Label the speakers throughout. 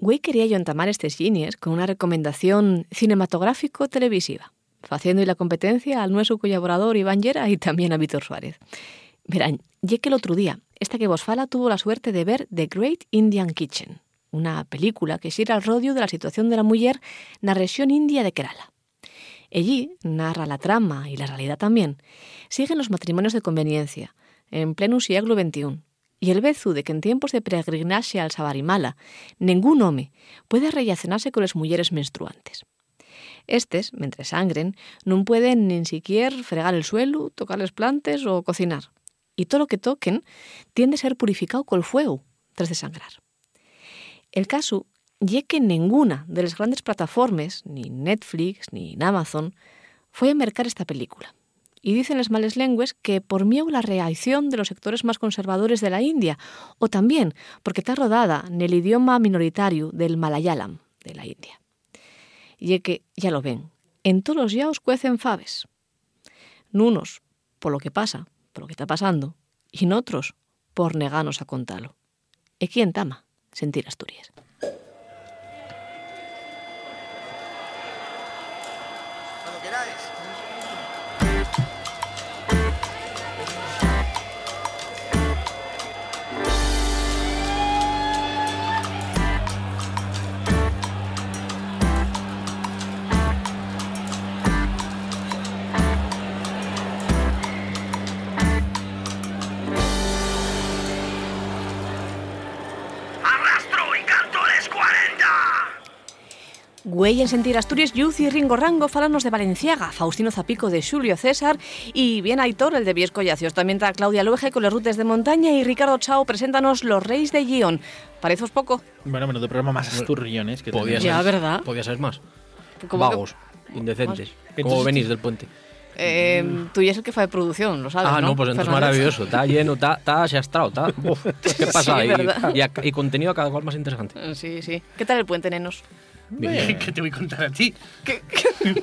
Speaker 1: Hoy quería yo entamar estes genies con una recomendación cinematográfico-televisiva, facendo la competencia al nuestro colaborador Iván Llera y también a Víctor Suárez. Verán, ya que el otro día, esta que vos fala tuvo la suerte de ver The Great Indian Kitchen, una película que xira al rodio de la situación de la muller na región india de Kerala. Allí narra la trama y la realidad también. Siguen los matrimonios de conveniencia, en pleno siglo XXI, y el bezu de que en tiempos de peregrinaje al Sabarimala, ningún hombre puede relacionarse con las mujeres menstruantes. Estes, mientras sangren, no pueden ni siquiera fregar el suelo, tocar las plantas o cocinar. Y todo lo que toquen tiende a ser purificado con el fuego tras de sangrar. El caso ye que ninguna de las grandes plataformas, ni Netflix ni Amazon, fue a mercar esta película. Y dicen las males lenguas que por miedo a la reacción de los sectores más conservadores de la India, o también porque está rodada en el idioma minoritario del Malayalam de la India. Y es que, ya lo ven, en todos los yaos cuecen faves. Nunos, por lo que pasa, por lo que está pasando, y en otros, por neganos a contalo. E quién tama sentir Asturias. Güey en Sentir Asturias, Youth y Ringo Rango, falanos de Valenciaga, Faustino Zapico de Julio César y bien Aitor, el de Viesco Yacios. También está Claudia Luege con los Rutes de Montaña y Ricardo Chao, preséntanos Los Reyes de Guión. ¿Pareces poco?
Speaker 2: Bueno, menos de programa más asturriones que
Speaker 3: Podía
Speaker 2: tenemos.
Speaker 3: ser.
Speaker 1: Ya, ¿verdad? Pues
Speaker 3: Podía ser pues más.
Speaker 1: Como que-
Speaker 3: Vagos, indecentes. Como
Speaker 2: Entonces-
Speaker 3: venís del puente.
Speaker 1: Eh, tú ya es el que fue de producción, lo sabes,
Speaker 3: Mm. Ah,
Speaker 1: ¿no?
Speaker 3: no, pues entonces
Speaker 1: Fernández.
Speaker 3: maravilloso. Está lleno, está, está seastrado, está. Uf, ¿Qué pasa?
Speaker 1: Sí,
Speaker 3: Y-
Speaker 1: ¿verdad?
Speaker 3: y, a- y contenido cada cual más interesante.
Speaker 1: Eh, Sí, sí. ¿Qué tal el puente, nenos?
Speaker 3: Bien.
Speaker 2: ¿Qué te voy a contar a ti?
Speaker 1: ¿Qué-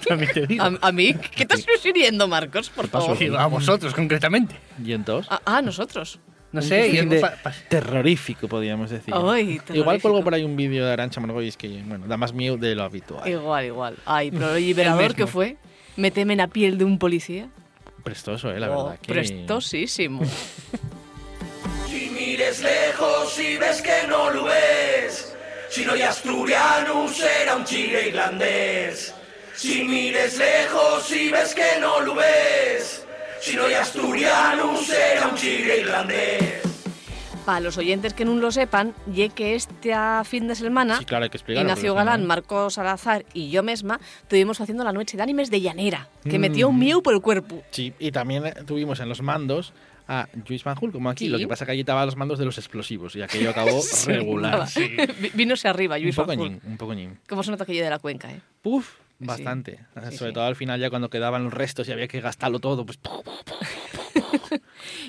Speaker 2: También te digo.
Speaker 1: ¿A, a mí? ¿Qué estás sugiriendo, Marcos? Por favor.
Speaker 2: Digo, a vosotros, concretamente.
Speaker 4: ¿Y entonces?
Speaker 1: Ah, ah, nosotros.
Speaker 2: No
Speaker 4: Un
Speaker 2: sé, y
Speaker 4: fin de-
Speaker 2: pa- pa-
Speaker 4: terrorífico, podríamos decir.
Speaker 1: Ay,
Speaker 4: Igual
Speaker 1: terrorífico.
Speaker 4: cuelgo por ahí un vídeo de Arancha Margoyes que, bueno, da más miedo de lo habitual.
Speaker 1: Igual, igual. Ay, pero el liberador que
Speaker 4: mismo.
Speaker 1: fue. Me temen la piel de un policía.
Speaker 4: Prestoso, eh, la
Speaker 1: Oh,
Speaker 4: verdad. que-
Speaker 1: Prestosísimo.
Speaker 5: Si mires lejos y ves que no lo ves, si no hay asturiano será un chile irlandés. Si mires lejos y ves que no lo ves, si no hay asturiano será un chile irlandés.
Speaker 1: Para los oyentes que no lo sepan, ye que este fin de semana,
Speaker 4: Sí, claro, hay que explicarlo.
Speaker 1: Ignacio
Speaker 4: porque si no-
Speaker 1: Galán, Marcos Salazar y yo misma estuvimos haciendo la noche de animes de Llanera,
Speaker 4: Mm.
Speaker 1: que metió un mío por el cuerpo.
Speaker 4: Sí, y también eh, tuvimos en los mandos a Luis Manjul, como aquí.
Speaker 1: Sí.
Speaker 4: Lo que pasa que allí estaba a los mandos de los explosivos y aquello acabó regular.
Speaker 1: Nada. Vi- Vínose arriba,
Speaker 4: Ah, Un
Speaker 1: Luis
Speaker 4: poco
Speaker 1: Fanjul.
Speaker 4: ñin, un poco ñin.
Speaker 1: Como se nota que yo de la cuenca, ¿eh?
Speaker 4: Puf,
Speaker 1: Sí.
Speaker 4: bastante. Ah,
Speaker 1: Sí,
Speaker 4: Sobre
Speaker 1: sí.
Speaker 4: todo al final ya cuando quedaban los restos y había que gastarlo todo, pues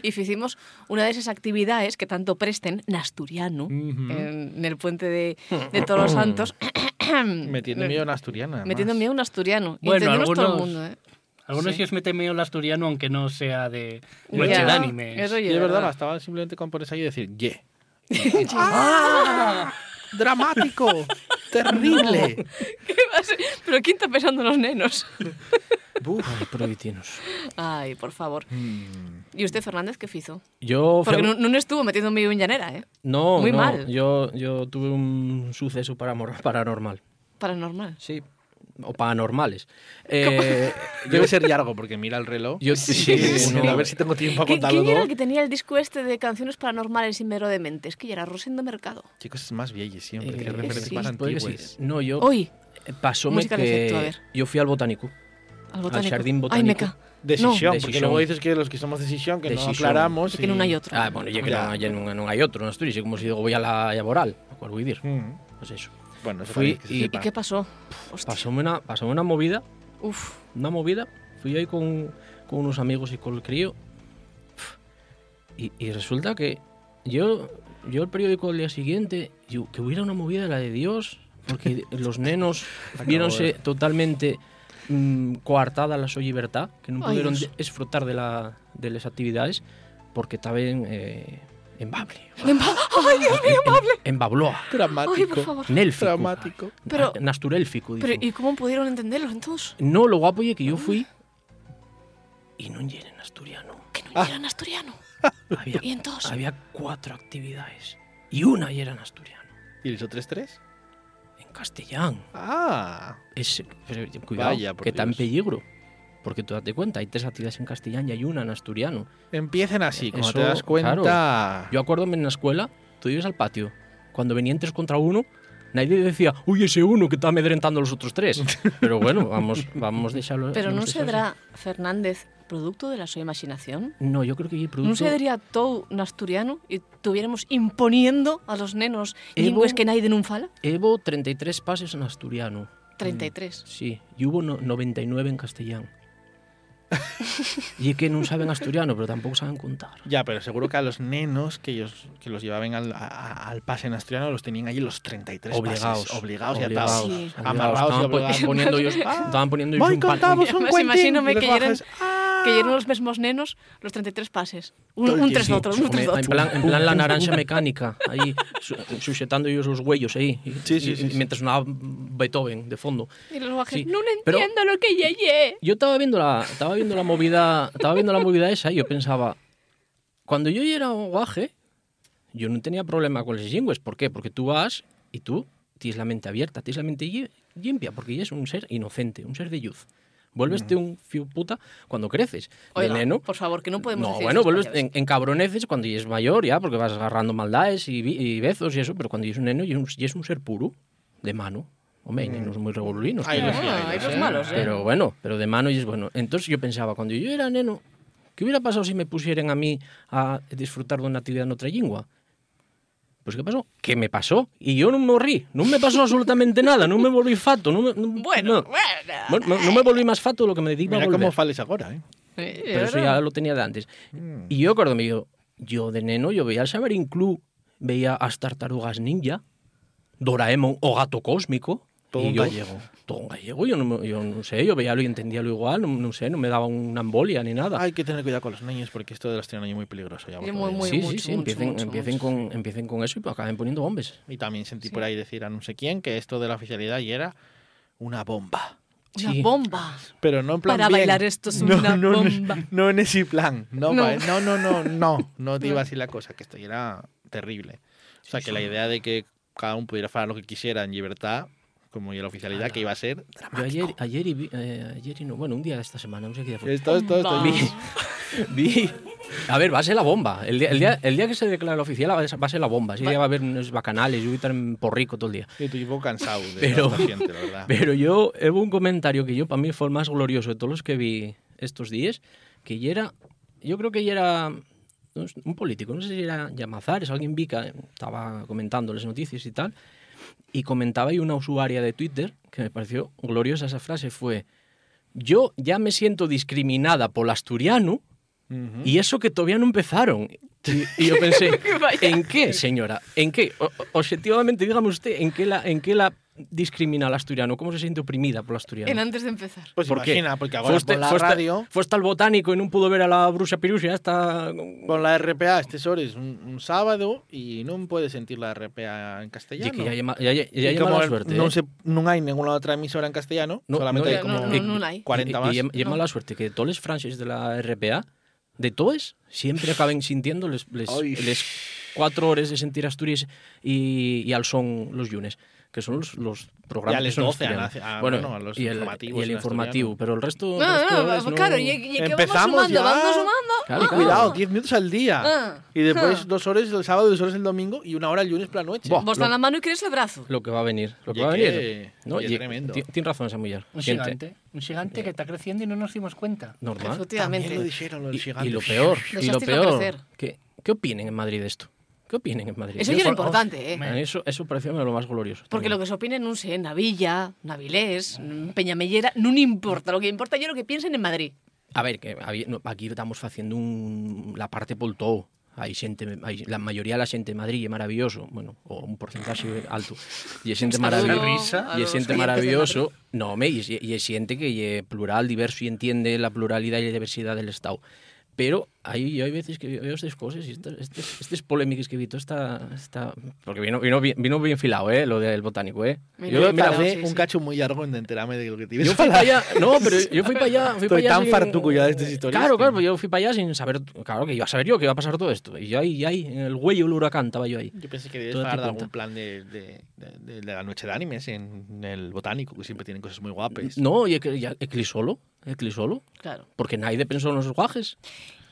Speaker 1: Y hicimos una de esas actividades que tanto presten en asturiano,
Speaker 4: Ujú.
Speaker 1: en, en el puente de, de Todos los Santos.
Speaker 4: metiendo miedo en asturiana. además.
Speaker 1: Metiendo miedo a un asturiano.
Speaker 6: Bueno,
Speaker 1: Entendemos todo el
Speaker 6: algunos-
Speaker 1: mundo, ¿eh?
Speaker 6: Algunos
Speaker 1: Sí.
Speaker 6: sí os meten medio el asturiano, aunque no sea de noche
Speaker 1: Ya,
Speaker 6: de animes.
Speaker 1: Eso
Speaker 4: Y
Speaker 1: ya,
Speaker 4: es verdad,
Speaker 1: ¿verdad?
Speaker 4: bastaba simplemente con ponerse ahí y decir, ye. ¡Ah! ¡Dramático! ¡Terrible!
Speaker 1: Pero ¿quién está pensando en los nenos?
Speaker 3: Ay, probitinos.
Speaker 1: Ay, por favor.
Speaker 4: Mm.
Speaker 1: ¿Y usted, Fernández, qué hizo?
Speaker 3: Yo. fui a-
Speaker 1: Porque no, no estuvo metiendo medio en llanera, ¿eh?
Speaker 3: No,
Speaker 1: Muy
Speaker 3: no,
Speaker 1: mal.
Speaker 3: Yo, yo tuve un suceso paramor- paranormal.
Speaker 1: Paranormal.
Speaker 3: Sí. O paranormales. Eh,
Speaker 4: Debe ser largo porque mira el reloj.
Speaker 3: yo sí,
Speaker 4: Sí,
Speaker 3: no.
Speaker 4: A ver si tengo tiempo a
Speaker 1: ¿Qui-
Speaker 4: contarlo
Speaker 1: ¿Quién era el
Speaker 4: todo.
Speaker 1: que tenía el disco este de canciones paranormales y mero de mentes? Que ya era Rosendo Mercado.
Speaker 4: Chicos, es más viejo siempre.
Speaker 3: Eh,
Speaker 4: Qué referencias
Speaker 1: sí,
Speaker 4: más
Speaker 3: puede que
Speaker 4: antiguas.
Speaker 3: sí. No, yo.
Speaker 1: Hoy,
Speaker 3: Pasóme
Speaker 1: música de efecto, a
Speaker 3: que.
Speaker 1: ver.
Speaker 3: Yo fui al botánico.
Speaker 1: al botánico. Ay,
Speaker 3: jardín
Speaker 1: me
Speaker 3: botánico.
Speaker 1: ca-
Speaker 4: Decisión, porque
Speaker 3: Decisión.
Speaker 4: luego dices que los que somos decisión, que
Speaker 3: Decisión.
Speaker 4: no aclaramos.
Speaker 1: Es que no
Speaker 4: y-
Speaker 1: hay otro.
Speaker 3: Ah, bueno, ya que
Speaker 4: Ya.
Speaker 3: no, ya no, no hay otro en Asturias. Es como si digo voy a la Yaboral. ¿A cuál voy a ir?
Speaker 4: Mm.
Speaker 3: Pues eso.
Speaker 4: Bueno, eso
Speaker 3: Fui
Speaker 4: también es que se
Speaker 3: y-
Speaker 1: ¿Y,
Speaker 4: sepa.
Speaker 1: qué pasó? Hostia.
Speaker 3: Pasóme una, pasóme una movida.
Speaker 1: Uf.
Speaker 3: Una movida. Fui ahí con, con unos amigos y con el crío. Y, y resulta que yo, yo el periódico al día siguiente, yo, que hubiera una movida la de Dios, porque los nenos viéronse totalmente mm, coartada la su libertad, que no
Speaker 1: Ay,
Speaker 3: pudieron
Speaker 1: Dios.
Speaker 3: disfrutar de, la, de las actividades porque estaban eh, en Bable,
Speaker 7: En ba- ¡Ay, Dios mío,
Speaker 3: en,
Speaker 7: Pablo!
Speaker 3: en Babloa,
Speaker 4: Dramático.
Speaker 7: Ay, por favor.
Speaker 3: Nelfico,
Speaker 4: Dramático.
Speaker 7: Pero-
Speaker 3: na- Nasturélfico,
Speaker 7: Pero,
Speaker 3: dicen.
Speaker 7: ¿y cómo pudieron entenderlo entonces?
Speaker 3: No, lo guapo ye que yo fui y no era en asturiano.
Speaker 7: Que no
Speaker 4: Ah.
Speaker 7: eran asturiano.
Speaker 3: Había,
Speaker 7: Ah. ¿Y entonces?
Speaker 3: había cuatro actividades y una era en asturiano,
Speaker 4: ¿Y los otros tres?
Speaker 3: en castellán.
Speaker 4: Ah.
Speaker 3: Es, pero, cuidado,
Speaker 4: Vaya, por
Speaker 3: que está en
Speaker 4: Dios.
Speaker 3: peligro. Porque tú date cuenta, hay tres actividades en castellán y hay una en asturiano.
Speaker 4: Empiecen así, como te
Speaker 3: Eso,
Speaker 4: das cuenta.
Speaker 3: Yo acuérdome en la escuela, tú ibas al patio. Cuando venían tres contra uno, nadie decía, uy, ese uno que está amedrentando a los otros tres. Pero bueno, vamos, vamos a dejarlo.
Speaker 7: Pero
Speaker 3: vamos
Speaker 7: non
Speaker 3: a dejarlo así.
Speaker 7: será Fernández producto de la súa imaginación?
Speaker 3: No, yo creo que el producto.
Speaker 7: Non se diría todo asturiano y tuviéramos imponiendo a los nenos
Speaker 3: Evo-
Speaker 7: lingües que nadie non fala?
Speaker 3: Evo 33 pases en asturiano.
Speaker 7: 33.
Speaker 3: Mm, Sí, y hubo no- 99 en castellán. y que no saben asturiano, pero tampoco saben contar.
Speaker 4: Ya, pero seguro que a los nenos que ellos que los llevaban al, a- al pase en asturiano los tenían allí los 33
Speaker 3: Obligados.
Speaker 4: pases, obligados y
Speaker 3: Obligados.
Speaker 4: atados.
Speaker 7: Sí.
Speaker 4: Amarrados y
Speaker 3: Estaban, pon-
Speaker 4: obligados.
Speaker 3: poniendo ellos, estaban poniendo ellos
Speaker 4: Voy
Speaker 3: un, pal-
Speaker 4: contamos un
Speaker 7: Además,
Speaker 4: cuentín.
Speaker 7: imagínome
Speaker 4: y los
Speaker 7: que llegan-
Speaker 4: bajas. ¡Ah!
Speaker 7: Que eran los mismos nenos los 33 pases. Un,
Speaker 4: Todo el
Speaker 7: un tras
Speaker 4: tiempo.
Speaker 7: otro, un tras
Speaker 3: Home, en
Speaker 7: otro.
Speaker 3: plan, en plan la naranja mecánica, ahí su- sujetando ellos los huellos ahí, y-
Speaker 4: Sí, sí,
Speaker 3: y-
Speaker 4: sí,
Speaker 3: y
Speaker 4: sí.
Speaker 3: mientras sonaba Beethoven de fondo.
Speaker 7: Y los bajes,
Speaker 3: Sí,
Speaker 7: no
Speaker 3: pero-
Speaker 7: entiendo lo que yeye.
Speaker 3: Yo estaba viendo la, estaba viendo la movida, estaba viendo la movida esa y yo pensaba, cuando yo era guaje, yo no tenía problema con los lingües, ¿por qué? Porque tú vas y tú tienes la mente abierta, tienes la mente lle- limpia, porque ya es un ser inocente, un ser de luz. Vuelves de un fiu puta cuando creces. De
Speaker 7: Oiga,
Speaker 3: neno,
Speaker 7: por favor, que no podemos
Speaker 3: no,
Speaker 7: decir
Speaker 3: bueno,
Speaker 7: esas
Speaker 3: vuelves
Speaker 7: payadas.
Speaker 3: en, en cabroneces cuando ya es mayor, ya, porque vas agarrando maldades y, vi- y besos y eso, pero cuando ya es un neno, ya es un, ya es un ser puro, de mano. Hombre, hay nenos muy revolulinos.
Speaker 4: Ay,
Speaker 3: pero,
Speaker 4: los-
Speaker 7: Ah, hay los malos, ¿eh?
Speaker 3: pero bueno, pero de mano y es bueno. Entonces yo pensaba, cuando yo era neno, ¿qué hubiera pasado si me pusieran a mí a disfrutar de una actividad en otra lengua? Pues ¿qué pasó? Que me pasó. Y yo no me morrí. No me pasó absolutamente nada. No me volví fato. No me, no-
Speaker 7: Bueno,
Speaker 3: no.
Speaker 7: bueno.
Speaker 3: Bueno, no, no me volví más fato de lo que me iba a
Speaker 4: Mira
Speaker 3: volver.
Speaker 4: cómo fales ahora, ¿eh?
Speaker 7: Eh,
Speaker 3: Pero eso
Speaker 7: ¿verdad?
Speaker 3: ya lo tenía de antes.
Speaker 8: Mm.
Speaker 3: Y yo acuerdo, yo, yo de neno, yo veía al Saberín Club, veía a las Tartarugas Ninja, Doraemon o Gato Cósmico.
Speaker 4: Todo
Speaker 3: y
Speaker 4: un
Speaker 3: yo-
Speaker 4: gallego.
Speaker 3: Todo un gallego, yo no, me- yo no sé, yo veía lo y entendía lo igual, no, no sé, no me daba una embolia ni nada.
Speaker 4: Hay que tener cuidado con los niños porque esto del asturiano es muy peligroso. Ya vos
Speaker 7: Es
Speaker 4: lo
Speaker 7: muy,
Speaker 4: digo.
Speaker 7: muy-
Speaker 3: sí, sí,
Speaker 7: mucho,
Speaker 3: sí,
Speaker 7: mucho,
Speaker 3: empiecen,
Speaker 7: mucho,
Speaker 3: empiecen,
Speaker 7: mucho.
Speaker 3: Con, empiecen con eso y pues acaben poniendo bombes.
Speaker 4: Y también sentí por ahí decir a no sé quién que esto de la oficialidad y era una bomba.
Speaker 7: Una
Speaker 3: Sí.
Speaker 7: bomba.
Speaker 4: Pero no en plan
Speaker 7: Para
Speaker 4: bien.
Speaker 7: bailar esto es una bomba.
Speaker 4: No, en ese plan. No,
Speaker 7: No.
Speaker 4: pa- no, no, no, no, no te iba así la cosa, que esto ya era terrible. O sea, que la idea de que cada uno pudiera hacer lo que quisiera en libertad, como ya la oficialidad, que iba a ser
Speaker 3: Yo
Speaker 4: dramático.
Speaker 3: ayer, ayer, y vi- eh, ayer y no, bueno, un día de esta semana, no sé qué día fue.
Speaker 4: Esto, esto, esto.
Speaker 7: Bomba.
Speaker 3: Vi- vi- A ver, va a ser la bomba. El día, el día- el día que se declara la oficial va a ser va a ser la bomba. Ese día va a haber unos bacanales, yo voy a estar en porrico todo el día.
Speaker 4: Y tu equipo cansado de
Speaker 3: Pero-
Speaker 4: tanta gente, la verdad.
Speaker 3: Pero yo, hubo un comentario que yo para mí fue el más glorioso de todos los que vi estos días, que ya era, yo creo que ya era no es- un político, no sé si era Llamazares, alguien vi que eh, estaba comentando las noticias y tal, y comentaba ahí una usuaria de Twitter, que me pareció gloriosa esa frase, fue, yo ya me siento discriminada por asturiano,
Speaker 4: Ujú.
Speaker 3: y eso que todavía no empezaron. Y, Mm. y yo pensé,
Speaker 7: Vaya.
Speaker 3: ¿en qué, señora? ¿En qué? O- o- objetivamente, dígame usted, ¿en qué la, en qué la discrimina al asturiano? ¿Cómo se siente oprimida por el asturiano?
Speaker 7: En antes de empezar.
Speaker 4: Pues
Speaker 3: ¿Por qué?
Speaker 4: imagina, porque ahora
Speaker 3: Foste-
Speaker 4: con la
Speaker 3: foste-
Speaker 4: radio,
Speaker 3: foste al botánico y no pudo ver a la bruja pirusia hasta...
Speaker 4: con la RPA, este sor es un, un sábado y no puedes sentir la RPA en
Speaker 3: Y
Speaker 4: castellano.
Speaker 3: que ya llama, ya, ya- ya
Speaker 4: Y
Speaker 3: llama
Speaker 4: como
Speaker 3: la suerte.
Speaker 4: no,
Speaker 3: eh.
Speaker 4: se- no hay ninguna otra emisora en castellano,
Speaker 3: No,
Speaker 4: solamente
Speaker 3: no,
Speaker 4: hay como
Speaker 7: no, no, no, no hay.
Speaker 4: 40
Speaker 3: y,
Speaker 4: más.
Speaker 3: y llama- llama la suerte que todos los franceses de la RPA, de todos, siempre acaben sintiendo les, les-
Speaker 4: Ay.
Speaker 3: les cuatro horas de sentir Asturias y, y al son los lunes, que son los, los programas.
Speaker 4: Y a
Speaker 3: que
Speaker 4: les
Speaker 3: son
Speaker 4: 12 a la-
Speaker 3: asturianos.
Speaker 4: a- bueno, a los
Speaker 3: y el,
Speaker 4: informativos
Speaker 3: y el
Speaker 4: en
Speaker 3: informativo,
Speaker 4: asturiano.
Speaker 3: pero el resto. el resto
Speaker 7: No, no,
Speaker 3: es no-
Speaker 7: claro, y, y que vamos
Speaker 4: Empezamos
Speaker 7: sumando,
Speaker 4: ya.
Speaker 7: vamos sumando.
Speaker 3: Claro,
Speaker 4: Ah,
Speaker 3: claro.
Speaker 4: Cuidado, 10 minutos al día.
Speaker 7: Ah.
Speaker 4: y después
Speaker 7: Ah.
Speaker 4: dos horas el sábado, dos horas el domingo y una hora el lunes por la noche.
Speaker 3: Buah.
Speaker 7: Vos
Speaker 3: Lo-
Speaker 7: dan la mano y quieres el brazo.
Speaker 3: Lo que va a venir. Lo que
Speaker 4: Y
Speaker 3: va a
Speaker 4: que-
Speaker 3: venir.
Speaker 4: y es tremendo.
Speaker 3: ti- Tienes razón, esa mujer.
Speaker 6: Un
Speaker 3: Gente,
Speaker 6: gigante. Un gigante que está creciendo y no nos dimos cuenta.
Speaker 3: Normal.
Speaker 7: Efectivamente.
Speaker 4: También lo dijeron los
Speaker 3: Y, y
Speaker 4: gigantes.
Speaker 3: lo peor, y
Speaker 7: Dejaste
Speaker 3: lo
Speaker 7: de
Speaker 3: peor.
Speaker 7: crecer.
Speaker 3: ¿Qué, ¿Qué opinen en Madrid de esto? ¿Qué opinen en Madrid?
Speaker 7: Eso
Speaker 3: Yo-
Speaker 7: ya era
Speaker 6: por-
Speaker 7: importante, ¿eh?
Speaker 6: me-
Speaker 3: A mí Eso, eso parecía lo más glorioso.
Speaker 7: Porque
Speaker 3: también.
Speaker 7: lo que se opine, no sé, en Navilla, Navilés,
Speaker 4: Ah.
Speaker 1: mm,
Speaker 7: en Peñamellera, no importa. Lo que importa es lo que piensen en Madrid.
Speaker 3: A ver, que había- no, aquí estamos haciendo un, la parte por todo. Hay xente, hai- la mayoría de la gente en Madrid es maravilloso, bueno, o un porcentaje alto. Y es gente
Speaker 7: Saludo
Speaker 6: risa.
Speaker 3: maravillosa.
Speaker 7: a
Speaker 3: Y
Speaker 7: los
Speaker 3: es gente
Speaker 7: oyentes de
Speaker 3: maravilloso. No, me, y es, y es gente que es plural, diverso y entiende la pluralidad y la diversidad del Estado. Pero Ahí yo hay veces que veo estas cosas y estas, estas, estas polémicas que he visto, está, está... porque vino, vino, bien- vino bien filado, ¿eh? Lo del botánico, ¿eh?
Speaker 1: Mira,
Speaker 4: Yo me
Speaker 1: claro,
Speaker 4: tardé
Speaker 1: sí,
Speaker 4: un
Speaker 1: sí.
Speaker 4: cacho muy largo en enterarme de lo que te ibas
Speaker 3: Yo
Speaker 4: a
Speaker 3: fui para
Speaker 4: hablar.
Speaker 3: allá, no, pero yo fui para allá. Fui
Speaker 4: Estoy
Speaker 3: para allá
Speaker 4: tan
Speaker 3: sin-
Speaker 4: fartuco ya de estas historias
Speaker 3: Claro,
Speaker 4: que-
Speaker 3: claro, pues yo fui para allá sin saber, claro, que iba a saber yo que iba a pasar todo esto. Y yo ahí, y ahí, en el huello del huracán estaba yo ahí.
Speaker 4: Yo pensé que debías
Speaker 3: Todo te
Speaker 4: hablar de
Speaker 3: cuenta.
Speaker 4: algún plan de, de, de- de la noche de animes en el botánico, que siempre tienen cosas muy guapas.
Speaker 3: No, y ecl- ya- eclisolo, eclisolo,
Speaker 1: Claro.
Speaker 3: porque nadie pensó en los guajes.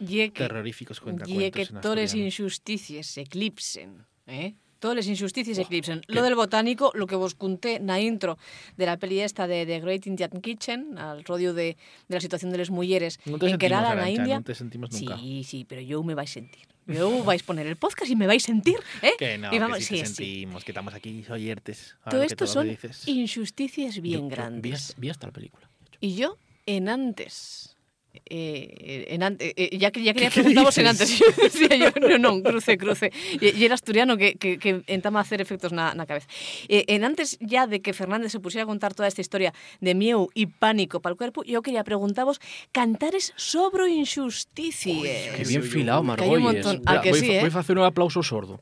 Speaker 1: Ye que,
Speaker 4: Terroríficos
Speaker 1: ye que
Speaker 4: cuentacuentos en
Speaker 1: todas las
Speaker 4: asturiano.
Speaker 1: injusticias se eclipsen. ¿eh? Todas las injusticias se eclipsen.
Speaker 3: qué-
Speaker 1: Lo del botánico, lo que vos conté en la intro de la peli esta de The Great Indian Kitchen, al rodio de, de la situación de las mujeres
Speaker 4: No te
Speaker 1: en
Speaker 4: sentimos,
Speaker 1: Kerala, en la
Speaker 4: Arantxa,
Speaker 1: India.
Speaker 4: no te sentimos nunca.
Speaker 1: Sí, sí, pero yo me vais a sentir. Yo vais a poner el podcast y me vais a sentir. ¿eh?
Speaker 4: Que no,
Speaker 1: y vamos,
Speaker 4: que sí, te
Speaker 1: sí, sí.
Speaker 4: sentimos, que estamos aquí, soy Ertes. ahora
Speaker 1: Todo
Speaker 4: que
Speaker 1: esto
Speaker 4: lo
Speaker 1: son
Speaker 4: dices.
Speaker 1: injusticias bien
Speaker 3: Yo- yo Vi
Speaker 1: grandes.
Speaker 3: hasta, vi hasta la película. de hecho.
Speaker 1: Y yo, en antes. eh, en antes ya, que- ya quería preguntaros en antes. Yo decía yo, no, no, cruce, cruce. Y, y era asturiano que, que, que entama a hacer efectos na, na cabeza. Eh, en antes ya de que Fernández se pusiera a contar toda esta historia de miedo y pánico para el cuerpo, yo quería preguntaros cantares sobre
Speaker 3: Qué
Speaker 1: injusticias.
Speaker 3: bien filado,
Speaker 1: que
Speaker 3: Margot.
Speaker 1: hay un montón. Ah, que sí, ¿eh?
Speaker 3: Voy a hacer un aplauso sordo.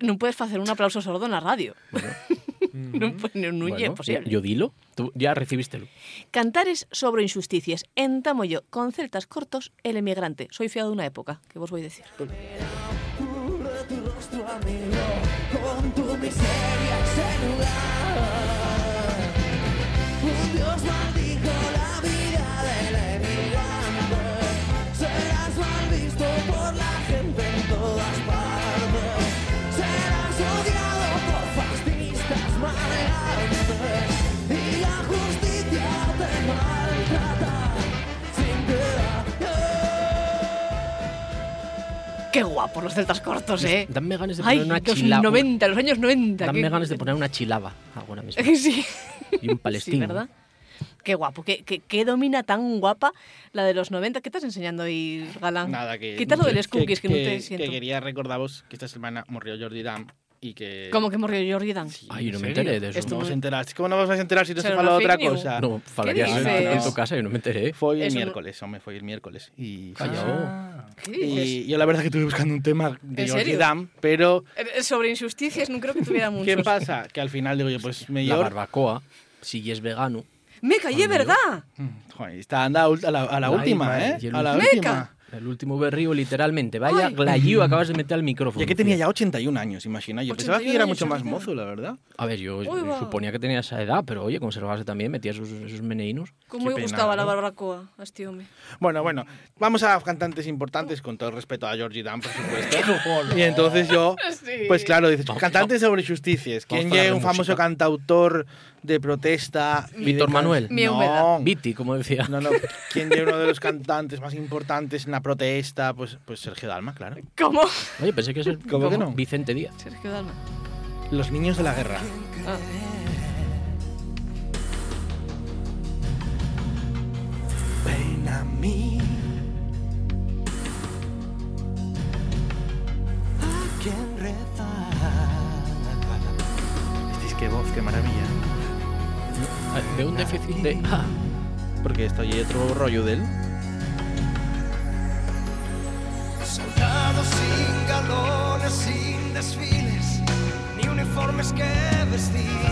Speaker 1: No puedes hacer un aplauso sordo en la radio. no puede- no, no
Speaker 3: Bueno,
Speaker 1: es posible.
Speaker 3: Yo dilo, tú ya recibístelo.
Speaker 1: Cantares sobre injusticias. Entamo yo, con celtas cortos, el emigrante. Soy fiado de una época, que vos voy a decir. Qué guapos los celtas cortos, ¿eh?
Speaker 3: Dame ganas de
Speaker 1: Ay,
Speaker 3: poner una
Speaker 1: los
Speaker 3: chilaba.
Speaker 1: 90, los años 90.
Speaker 3: Dame
Speaker 1: qué-
Speaker 3: ganas de poner una chilaba ahora mismo.
Speaker 1: Sí.
Speaker 3: Y un
Speaker 1: sí,
Speaker 3: palestino.
Speaker 1: ¿verdad? Qué guapo, qué, qué, qué domina tan guapa la de los 90. ¿Qué estás enseñando ahí, Galán?
Speaker 4: Nada, que.
Speaker 1: Quítalo de los cookies, que, no te
Speaker 4: Que
Speaker 1: siento.
Speaker 4: quería recordaros que esta semana murió Jordi Dam y que.
Speaker 1: ¿Cómo que morrió Jordi Dan?
Speaker 3: Ay, no me
Speaker 4: ¿En serio?
Speaker 3: enteré de eso.
Speaker 4: ¿Cómo os enterasteis? ¿Cómo no os vais a enterar si no se
Speaker 1: Será
Speaker 4: fala de
Speaker 1: una
Speaker 4: otra
Speaker 1: fake news.
Speaker 4: cosa?
Speaker 3: No, falaría en-
Speaker 1: dices?
Speaker 3: en tu casa y no me enteré.
Speaker 4: Fue el
Speaker 1: Eso no-
Speaker 4: miércoles, hombre, fue el miércoles. Y,
Speaker 3: Callao.
Speaker 1: Ah. ¿Qué dices?
Speaker 4: y yo la verdad que estuve buscando un tema de
Speaker 1: ¿En
Speaker 4: Jordi
Speaker 1: serio?
Speaker 4: Dam, pero
Speaker 1: Eh, Sobre injusticias no creo que tuviera mucho.
Speaker 4: ¿qué pasa? Que al final digo yo, pues me
Speaker 3: La barbacoa, si es vegano.
Speaker 1: ¡Me callé, verdad!
Speaker 4: Joder, está anda a la, a la
Speaker 3: Ay,
Speaker 4: última,
Speaker 3: madre, y
Speaker 4: ¿eh?
Speaker 3: el
Speaker 4: A la
Speaker 1: último.
Speaker 4: última.
Speaker 3: El último berrío, literalmente. Vaya
Speaker 1: Ay.
Speaker 3: glayío acabas de meter al micrófono.
Speaker 4: Ya que tenía ya 81 años, imagina. Yo pensaba que
Speaker 1: 81
Speaker 4: era
Speaker 1: años,
Speaker 4: mucho más
Speaker 1: Jordi Dam.
Speaker 4: mozo, la verdad.
Speaker 3: A ver, yo
Speaker 1: Uy, va.
Speaker 3: suponía que tenía esa edad, pero oye, conservarse también, metía sus, sus meneínos.
Speaker 1: Como me
Speaker 4: pena, ¿eh?
Speaker 1: gustaba la
Speaker 4: ¿no?
Speaker 1: barbacoa a este hombre.
Speaker 4: Bueno, bueno, vamos a cantantes importantes, con todo el respeto a Georgie Dan, por supuesto. y entonces yo, pues claro, dices,
Speaker 3: Vamos,
Speaker 4: cantantes sobre justicias. ¿Quién
Speaker 3: Vamos a hablar
Speaker 4: llega
Speaker 3: de
Speaker 4: un famoso
Speaker 3: música.
Speaker 4: cantautor de protesta? y de
Speaker 3: Víctor
Speaker 4: can-
Speaker 3: Manuel.
Speaker 1: Mi humedad.
Speaker 4: No,
Speaker 3: Viti, como decía.
Speaker 4: no, no. ¿Quién llega uno de los cantantes más importantes en la protesta? Pues, pues Sergio Dalma, claro.
Speaker 1: ¿Cómo?
Speaker 3: Oye, pensé que es el-
Speaker 4: ¿Cómo que no?
Speaker 3: Vicente Díaz.
Speaker 1: Sergio Dalma.
Speaker 4: Los niños de la guerra.
Speaker 5: Ven a mí. ¿A quién rezar?
Speaker 4: Dices, qué voz, qué maravilla.
Speaker 3: Ah, De un déficit de. Ah,
Speaker 4: Porque estoy otro rollo de él.
Speaker 5: Soldados sin galones, sin desfiles, ni uniformes que vestir.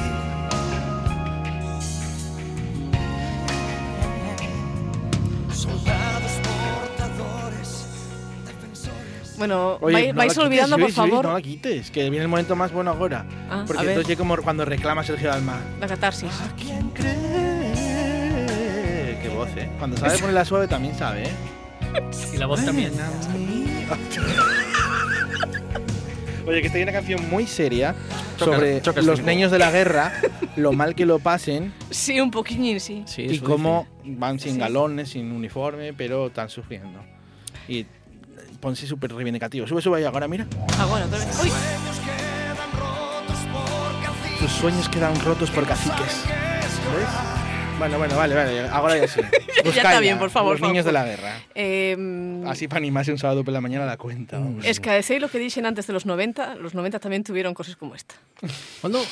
Speaker 5: Soldados portadores, defensores.
Speaker 1: Bueno,
Speaker 4: Oye,
Speaker 1: vai- vais,
Speaker 4: no la
Speaker 1: olvidando,
Speaker 4: quites, Luis,
Speaker 1: por favor,
Speaker 4: Luis, no la quites, que viene el momento más bueno ahora.
Speaker 1: Ah,
Speaker 4: porque
Speaker 1: a ver.
Speaker 4: entonces llega como cuando reclama Sergio Dalma.
Speaker 1: la catarsis.
Speaker 5: ¿A quién creer?
Speaker 4: Qué voz, ¿eh? Cuando sabe ponerla suave también sabe, ¿eh?
Speaker 8: Y la voz también.
Speaker 4: Oye, que esta es una canción muy seria
Speaker 3: Chocas-
Speaker 4: sobre
Speaker 3: chocas
Speaker 4: los
Speaker 3: cinco.
Speaker 4: niños de la guerra, lo mal que lo pasen
Speaker 1: Sí, un poquillín, sí.
Speaker 3: sí,
Speaker 4: y
Speaker 3: eso
Speaker 4: cómo van sin
Speaker 1: Sí.
Speaker 4: galones, sin uniforme, pero están sufriendo. Y eh, ponse súper reivindicativo. Sube, sube ahí ahora, mira.
Speaker 1: Ah, bueno, otra vez. Uy,
Speaker 4: Sus sueños quedan rotos por caciques. ¿Ves? Bueno, bueno, vale, vale, ahora ya sí.
Speaker 1: está
Speaker 4: Buscadla,
Speaker 1: bien, por favor,
Speaker 4: Los niños
Speaker 1: por
Speaker 4: de la guerra.
Speaker 1: eh,
Speaker 4: Así para animarse un sábado por la mañana a la cuenta. vamos.
Speaker 1: es que decir lo que dicen antes de los 90, los 90 también tuvieron cosas como esta.
Speaker 3: dice. ¿Cuándo,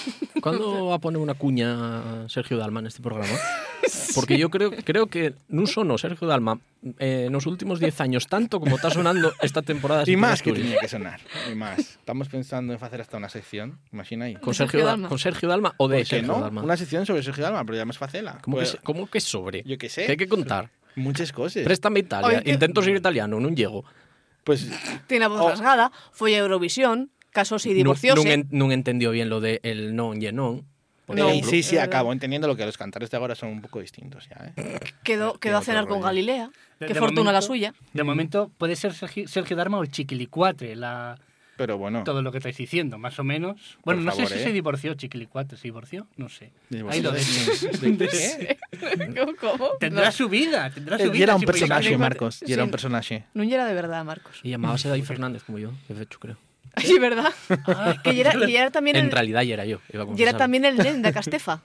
Speaker 3: cuándo va a poner una cuña Sergio Dalma en este programa? Porque yo creo, creo que no solo Sergio Dalma eh, en los últimos 10 años, tanto como está sonando esta temporada.
Speaker 4: Y
Speaker 3: sin
Speaker 4: más que
Speaker 3: Asturias.
Speaker 4: tenía que sonar. Y más. Estamos pensando en hacer hasta una sección. Imagina ahí.
Speaker 3: Con Sergio, Dalma. Con Sergio Dalma o de
Speaker 4: ¿Por qué
Speaker 3: Sergio
Speaker 4: no?
Speaker 3: Dalma.
Speaker 4: Una sección sobre Sergio Dalma, pero ya más facela.
Speaker 3: ¿Cómo,
Speaker 4: Pues,
Speaker 3: que, se- cómo que sobre?
Speaker 4: Yo qué sé.
Speaker 3: ¿Qué hay que contar?
Speaker 4: Muchas cosas.
Speaker 3: Préstame Italia.
Speaker 1: Oye, ¿qué-
Speaker 3: Intento ser italiano, no llego.
Speaker 4: Pues
Speaker 1: Tiene la voz
Speaker 4: Oh.
Speaker 1: rasgada, fue a Eurovisión, casó y
Speaker 3: No
Speaker 1: divorcióse.
Speaker 3: entendió bien lo de el non y el non. por
Speaker 1: No.
Speaker 4: eh,
Speaker 3: ejemplo.
Speaker 4: sí, sí,
Speaker 1: Es
Speaker 4: acabo entendiendo lo que los cantares de ahora son un poco distintos ya, ¿eh?
Speaker 1: quedó
Speaker 4: Tiene
Speaker 1: quedó a
Speaker 4: otro
Speaker 1: cenar con
Speaker 4: rollo.
Speaker 1: Galilea.
Speaker 6: De-
Speaker 1: Qué
Speaker 6: de
Speaker 1: fortuna la
Speaker 6: momento-
Speaker 1: suya.
Speaker 6: De momento puede ser Sergio, Sergio Darma o el Chiquilicuatre, la,
Speaker 4: Pero bueno,
Speaker 6: todo lo que estáis diciendo, más o menos. Bueno, no
Speaker 4: favor,
Speaker 6: sé si
Speaker 4: ¿eh?
Speaker 6: se divorció Chiquilicuatre, se divorció, no sé.
Speaker 4: Divorcio
Speaker 6: Ahí lo
Speaker 4: de-
Speaker 6: dejo.
Speaker 4: ¿de qué?
Speaker 1: ¿Cómo?
Speaker 6: Tendrá su vida, tendrá su
Speaker 4: Eh,
Speaker 6: vida.
Speaker 4: Y era un
Speaker 6: si
Speaker 4: personaje,
Speaker 6: podéis-
Speaker 4: Marcos. Y era un
Speaker 1: Sí.
Speaker 4: personaje.
Speaker 1: No era de verdad, Marcos.
Speaker 3: Y llamábase David Fernándz como yo, de hecho, creo.
Speaker 1: Sí, ¿verdad?
Speaker 6: Ah,
Speaker 1: que ya era, y era también
Speaker 3: En
Speaker 1: el,
Speaker 3: realidad ya era yo. Iba
Speaker 1: y era
Speaker 3: a confesar.
Speaker 1: también el nen de Castefa.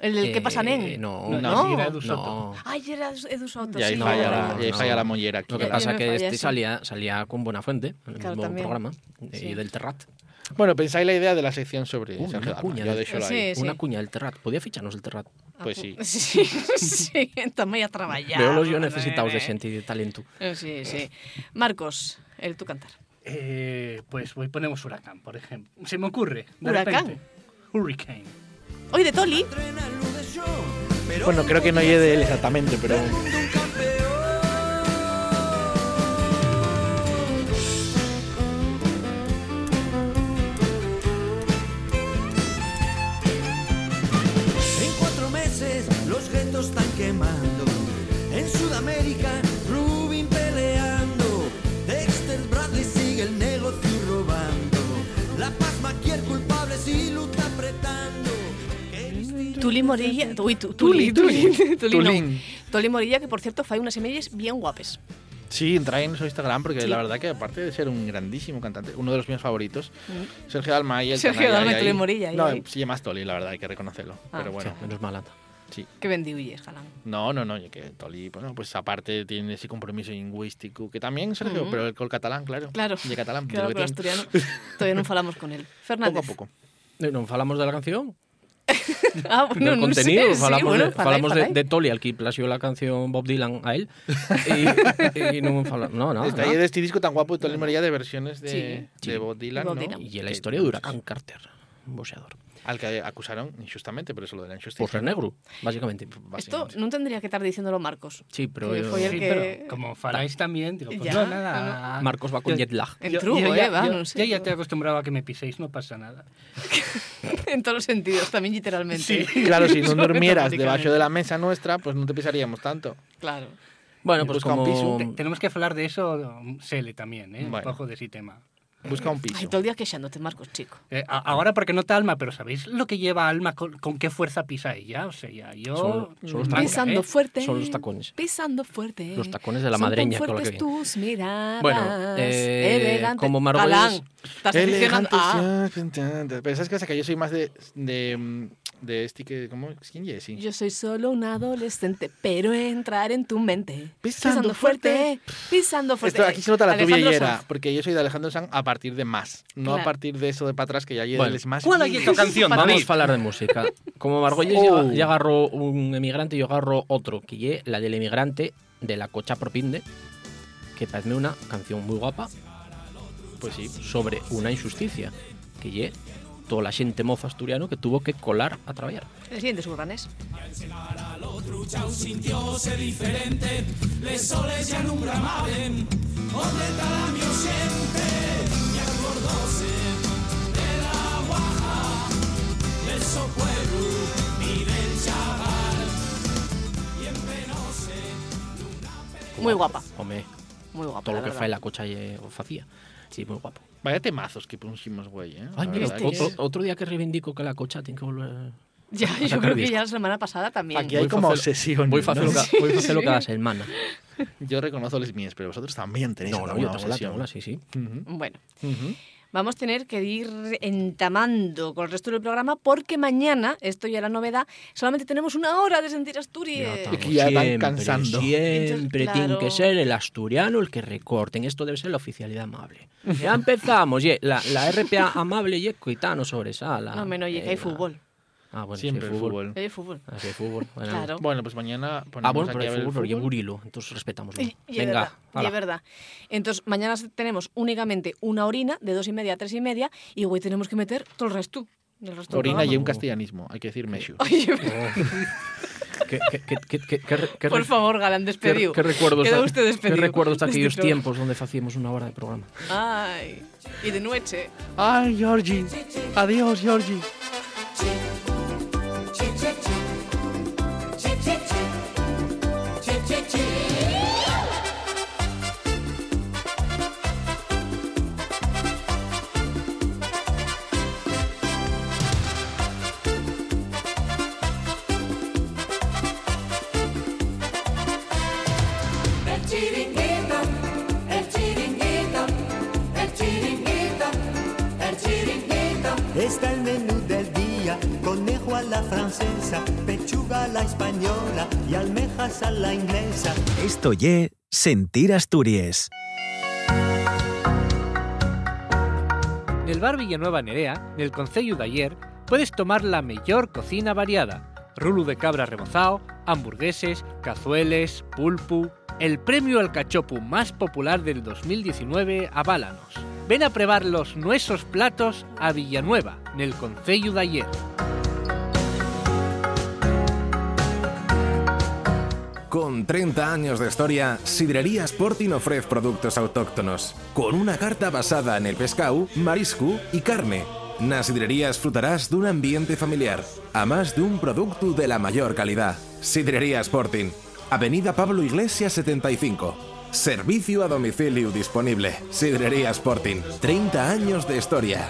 Speaker 1: El del que
Speaker 3: Eh,
Speaker 1: pasa nen.
Speaker 3: No,
Speaker 6: No,
Speaker 3: no.
Speaker 6: sí, era
Speaker 3: no.
Speaker 6: Edu Soto.
Speaker 1: Ay, era
Speaker 9: eh,
Speaker 1: Edu Soto,
Speaker 4: Y ahí
Speaker 1: sí.
Speaker 3: no,
Speaker 4: falla
Speaker 1: verdad.
Speaker 4: la- y ahí
Speaker 3: no.
Speaker 4: falla la mollera aquí.
Speaker 3: Lo que
Speaker 1: Ya-
Speaker 3: pasa
Speaker 1: ya me
Speaker 3: que
Speaker 1: falla
Speaker 3: este
Speaker 1: eso.
Speaker 3: salía, salía con Buenafuente en el
Speaker 1: Claro,
Speaker 3: mismo
Speaker 1: también.
Speaker 3: programa eh,
Speaker 1: Sí.
Speaker 3: y del Terrat.
Speaker 4: Bueno, pensáis la idea de la sección sobre
Speaker 3: Uy,
Speaker 4: Sergio
Speaker 3: una
Speaker 4: Dalma.
Speaker 3: cuña
Speaker 4: Yo
Speaker 3: de-
Speaker 4: déjalo
Speaker 1: Sí,
Speaker 4: ahí.
Speaker 1: sí.
Speaker 3: Una cuña del Terrat. Podía ficharnos el Terrat.
Speaker 4: Pues sí.
Speaker 1: Ah, Sí, sí, tamén a traballar.
Speaker 3: Veo los yo necesitados de xente de talento.
Speaker 1: Eh, Sí, sí. Marcos, el tú cantar.
Speaker 6: Eh, pues hoy ponemos huracán, por ejemplo. Se me ocurre. de
Speaker 1: ¿Huracán?
Speaker 6: repente. Hurricane.
Speaker 1: Oi, de Toli.
Speaker 4: Bueno, creo que no llegue de él exactamente, pero...
Speaker 5: En cuatro meses los guetos están quemando. En Sudamérica, Rubin peleando. Dexter Bradley sigue el negocio robando. La paz maquier culpables y luta apretando.
Speaker 1: Tuli Morilla. Ui, tu, Tuli, Tuli. Tuli,
Speaker 4: Tulín.
Speaker 1: non. Toli Morilla, que por cierto fai unas semelles bien guapes.
Speaker 4: Sí, entra en su Instagram porque la verdad que aparte de ser un grandísimo cantante, uno de los míos favoritos, Sergio Dalma y el
Speaker 1: Sergio
Speaker 4: canalla
Speaker 1: Dalma y
Speaker 4: ahí-
Speaker 1: Tole Morilla, ahí,
Speaker 4: No,
Speaker 1: ahí.
Speaker 4: se llama Toli, la verdad, hay que reconocerlo.
Speaker 1: Ah.
Speaker 4: pero bueno,
Speaker 3: Sí, menos mala.
Speaker 4: sí.
Speaker 1: Que bendiulles, galán.
Speaker 4: No, no, no, yo que Toli, bueno, pues aparte tiene ese compromiso lingüístico que también, Sergio, pero el col catalán, claro.
Speaker 1: Claro.
Speaker 4: De catalán,
Speaker 1: Claro,
Speaker 4: de
Speaker 1: con
Speaker 4: lo que tiene.
Speaker 1: asturiano. Todavía non falamos con él.
Speaker 4: Poco a
Speaker 1: Fernández.
Speaker 4: poco.
Speaker 3: Eh, ¿No falamos de la canción?
Speaker 1: Ah,
Speaker 3: del
Speaker 1: bueno, non sé.
Speaker 3: contenido,
Speaker 1: Sí,
Speaker 3: falamos,
Speaker 1: bueno,
Speaker 3: de,
Speaker 1: falai,
Speaker 3: falamos de-
Speaker 1: falai.
Speaker 3: de Tolly, al que plagió la canción Bob Dylan a él. Y, y no falamos. No, no.
Speaker 4: Está ahí de este disco tan guapo de Toli Morilla de versiones de,
Speaker 1: Sí.
Speaker 4: de
Speaker 3: Sí.
Speaker 4: Bob Dylan,
Speaker 1: Bob
Speaker 4: ¿no?
Speaker 1: Dylan.
Speaker 3: Y en la
Speaker 4: Que-
Speaker 3: historia de Huracán Carter, un boxeador.
Speaker 4: Al que acusaron injustamente, pero eso lo de la
Speaker 3: Por
Speaker 4: injusticia.
Speaker 3: ser negro, básicamente.
Speaker 1: Esto non tendría que estar diciéndolo Marcos.
Speaker 3: Sí, pero
Speaker 1: Que
Speaker 3: yo-
Speaker 1: foi el
Speaker 6: Sí,
Speaker 1: que-
Speaker 6: pero como faráis también, digo, pues
Speaker 1: Eh, Ya,
Speaker 6: no, nada.
Speaker 3: Marcos va con
Speaker 6: Yo-
Speaker 3: jet lag.
Speaker 1: En
Speaker 6: yo-
Speaker 1: truco,
Speaker 6: yo
Speaker 1: eh,
Speaker 6: ya-
Speaker 1: va,
Speaker 6: yo-
Speaker 1: non sé.
Speaker 6: yo ya te he acostumbrado a que me piséis, no pasa nada.
Speaker 1: en todos los sentidos, también literalmente.
Speaker 4: Claro, si no
Speaker 1: Sobre
Speaker 4: durmieras
Speaker 1: todo,
Speaker 4: debajo de la mesa nuestra, pues no te pisaríamos tanto.
Speaker 1: Claro.
Speaker 3: Bueno, pues
Speaker 4: Busca un piso,
Speaker 3: como...
Speaker 6: Te- tenemos que hablar de eso, um, Sele, también, ¿eh?
Speaker 4: Bueno.
Speaker 6: un poco de ese tema.
Speaker 4: Busca un
Speaker 1: Ay,
Speaker 4: piso.
Speaker 1: todo el día queixándote, Marcos, chico.
Speaker 6: Eh, a- ahora porque no está Alma, pero ¿sabéis lo que lleva Alma? ¿Con, con qué fuerza pisa ella? O sea, ya, yo...
Speaker 3: Son- son los
Speaker 6: Tranca,
Speaker 3: tacos.
Speaker 1: Pisando
Speaker 6: ¿eh?
Speaker 1: fuerte.
Speaker 3: son los tacones.
Speaker 1: Pisando fuerte.
Speaker 3: Los tacones de la
Speaker 1: Son tan
Speaker 3: madreña con la
Speaker 1: fuertes
Speaker 3: que viene.
Speaker 1: tus miradas.
Speaker 3: Bueno, eh,
Speaker 1: elegante.
Speaker 3: como Margolles-
Speaker 1: Galán, estás decepcionando- Ah,
Speaker 4: Pero sabes qué pasa? que yo soy más de, de, mm, de este que. ¿Cómo? ¿Quién es? Sí.
Speaker 1: "Ah, yo soy solo un adolescente, pero entrar en tu mente.
Speaker 4: Pisando
Speaker 1: Pisando fuerte.
Speaker 4: Esto, aquí se nota la
Speaker 1: Alejandro
Speaker 4: tubillera,
Speaker 1: Sanz.
Speaker 4: porque yo soy de Alejandro Sanz a partir de más, no a
Speaker 1: Claro.
Speaker 4: partir de eso de para atrás que ya lleva
Speaker 3: Bueno,
Speaker 4: el más.
Speaker 6: ¿Cuál es tu canción,
Speaker 3: Vamos
Speaker 6: David?
Speaker 3: a hablar de música. Como Margolles
Speaker 4: Oh.
Speaker 3: ya, agarró un emigrante, yo agarro otro, que ye la del emigrante de la cocha propinde, que parece una canción muy guapa,
Speaker 4: Pues sí.
Speaker 3: sobre una injusticia, que ye toda la gente moza asturiano que tuvo que colar a trabajar.
Speaker 1: El siguiente suburbanés. Muy guapa,
Speaker 3: Home,
Speaker 1: muy guapa.
Speaker 3: todo
Speaker 1: la
Speaker 3: lo que
Speaker 1: verdad.
Speaker 3: fue la cocha ye o facía. Sí, muy guapo.
Speaker 4: Vaya temazos que pusimos, güey, ¿eh?
Speaker 3: Ay,
Speaker 4: La
Speaker 3: mira,
Speaker 4: verdad que
Speaker 3: otro,
Speaker 4: es-
Speaker 3: otro día que reivindico que la cocha tiene que volver a-
Speaker 1: Ya,
Speaker 3: a
Speaker 1: yo
Speaker 3: sacar
Speaker 1: creo que
Speaker 3: disco.
Speaker 1: ya la semana pasada también.
Speaker 4: Aquí hay
Speaker 3: Voy
Speaker 4: como
Speaker 3: facelo-
Speaker 4: obsesión.
Speaker 3: Voy a
Speaker 4: ¿no?
Speaker 3: hacerlo ca- voy a hacerlo cada semana.
Speaker 4: Yo reconozco los míos, pero vosotros también tenéis
Speaker 3: No, no,
Speaker 4: alguna
Speaker 3: yo tengo la,
Speaker 4: obsesión.
Speaker 3: tengo la, sí, sí.
Speaker 4: Ujú,
Speaker 1: Bueno,
Speaker 4: ujú.
Speaker 1: vamos a tener que ir entamando con el resto del programa porque mañana, esto ya era novedad, solamente tenemos una hora de sentir
Speaker 3: Ya
Speaker 1: Asturias.
Speaker 3: estamos
Speaker 4: que ya van
Speaker 3: siempre,
Speaker 4: cansando.
Speaker 3: Siempre
Speaker 1: Entonces,
Speaker 3: tiene
Speaker 1: claro.
Speaker 3: que ser el asturiano el que recorten. Esto debe ser la oficialidad amable. Ya empezamos. ye, la, la RPA amable y cuitano sobre sala.
Speaker 1: No, menos, oye, que hay
Speaker 3: Venga.
Speaker 1: fútbol.
Speaker 3: Ah, bueno,
Speaker 4: Siempre
Speaker 3: sí,
Speaker 4: el fútbol.
Speaker 9: El fútbol.
Speaker 3: Ah, sí, fútbol. Bueno,
Speaker 9: Claro.
Speaker 4: Bueno, pues mañana ponemos
Speaker 3: Ah, bueno, pero
Speaker 4: aquí a
Speaker 3: el
Speaker 4: ver
Speaker 3: fútbol,
Speaker 4: el
Speaker 3: pero lleva
Speaker 4: fútbol.
Speaker 3: un hilo, entonces respetámoslo.
Speaker 9: Y- y es
Speaker 3: Venga,
Speaker 9: verdad, y
Speaker 3: hala.
Speaker 9: es verdad. Entonces, mañana tenemos únicamente una orina de dos y media a tres y media y hoy tenemos que meter todo el resto. del resto del
Speaker 4: Orina y
Speaker 9: programa.
Speaker 4: un castellanismo, hay que decir meshu.
Speaker 9: Oye,
Speaker 3: Oh. ¿Qué- qué- qué- qué- qué- qué re- qué
Speaker 9: por
Speaker 3: re-
Speaker 9: favor, Galán,
Speaker 3: qué-
Speaker 9: despedido.
Speaker 3: qué recuerdos
Speaker 9: Queda
Speaker 3: de-
Speaker 9: usted despedido. Este
Speaker 3: qué recuerdos de
Speaker 9: Despedido.
Speaker 3: aquellos tiempos donde hacíamos una hora de programa.
Speaker 9: Ay, y de noche.
Speaker 4: Ay, Georgie. Adiós, Georgie.
Speaker 10: El chiringuito, el chiringuito, el chiringuito, el chiringuito.
Speaker 5: Está el menú del día, conejo a la francesa, pechuga a la española y almejas a la inglesa.
Speaker 11: Esto ye Sentir Asturias.
Speaker 6: Nel bar Villanueva Nerea, nel Concello de ayer, puedes tomar la mellor cocina variada. Rulo de cabra rebozao, hamburgueses, cazueles, pulpu... El premio al cachopu más popular del 2019 a Bálanos. Ven a probar los nuestros platos a Villanueva, nel Concello de ayer.
Speaker 12: Con 30 años de historia, Sidrería Sporting ofrece productos autóctonos, con una carta basada en el pescado, marisco y carne. Nas sidrerías frutarás de un ambiente familiar, a más de un producto de la mayor calidad. Sidrería Sporting, Avenida Pablo Iglesias 75. Servicio a domicilio disponible. Sidrería Sporting, 30 años de historia.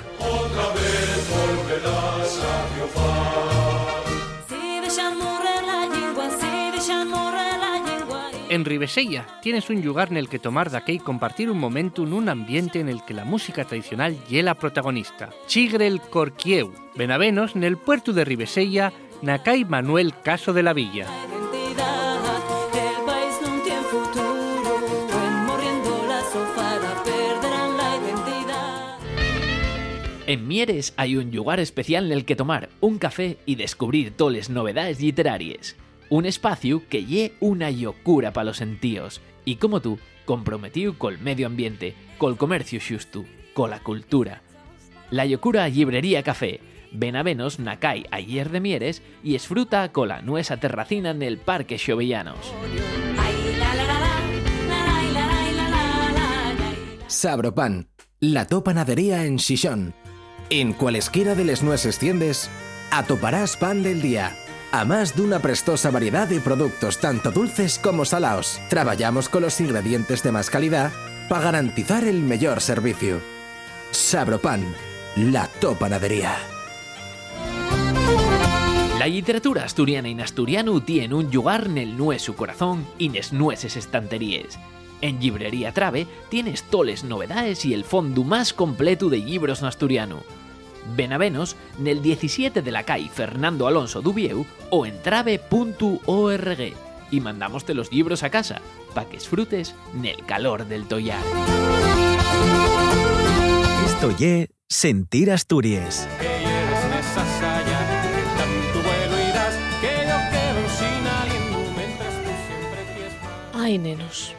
Speaker 10: Si dejan morrer la lengua, si dejan morrer la lengua.
Speaker 6: En Ribesella tienes un lugar en el que tomar daqué y compartir un momento en un ambiente en el que la música tradicional ye la protagonista. Chigre el Corquieu, Benavenos en el puerto de Ribesella, Nakai Manuel Caso de la Villa.
Speaker 10: La identidad del país no tiene futuro. En morriendo la sofada perderán la identidad.
Speaker 8: En Mieres hay un lugar especial en el que tomar un café y descubrir toles novedades literarias. Un espacio que lle una locura para los sentíos y como tú, comprometido col medio ambiente, col comercio xusto, cola cultura. La locura Librería Café. Ven a venos Nakai ayer de Mieres y esfruta cola nuesa terracina en el Parque Xovellanos.
Speaker 10: Ay, la la la la, la la la la la la.
Speaker 12: Sabropan, la topanadería en Xixón. En cualesquiera de les nueces tiendes, atoparás pan del día. A más de una prestosa variedad de productos, tanto dulces como salados. Trabajamos con los ingredientes de más calidad para garantizar el mejor servicio. Sabropan, la topanadería.
Speaker 8: La literatura asturiana y asturiano tiene un lugar en el nueso corazón y nes nueces estanterías. En Librería Trave tienes toles novedades y el fondo más completo de libros asturiano. Benavenos, nel 17 de la calle Fernando Alonso Dubieu o en trave.org y mandámoste los libros a casa pa' que disfrutes nel calor del toyar.
Speaker 11: Esto ye Sentir Asturias.
Speaker 1: Ay, nenos.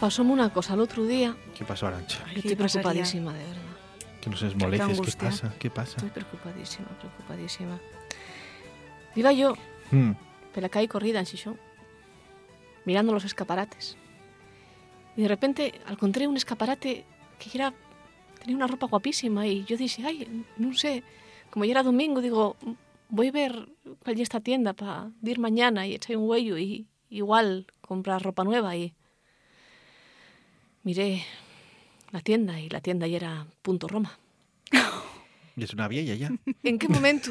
Speaker 1: Pasóme una cosa el otro día.
Speaker 4: ¿Qué pasó, Arancha?
Speaker 9: ¿Qué
Speaker 1: Estoy
Speaker 9: te pasaría?
Speaker 1: preocupadísima, de verdad.
Speaker 4: Que nos esmoleces, ¿qué
Speaker 9: angustia.
Speaker 4: pasa? ¿Qué pasa?
Speaker 1: Estoy preocupadísima, preocupadísima. Iba yo
Speaker 4: Hmm.
Speaker 1: por la calle corrida en Xixón, mirando los escaparates. Y de repente encontré un escaparate que era tenía una ropa guapísima y yo dije, ay, no sé, como ya era domingo, digo, voy a ver cuál es esta tienda para ir mañana y echar un huello y igual comprar ropa nueva y miré la tienda y la tienda ya era punto Roma.
Speaker 4: Y es una vieja ya.
Speaker 9: ¿En qué momento?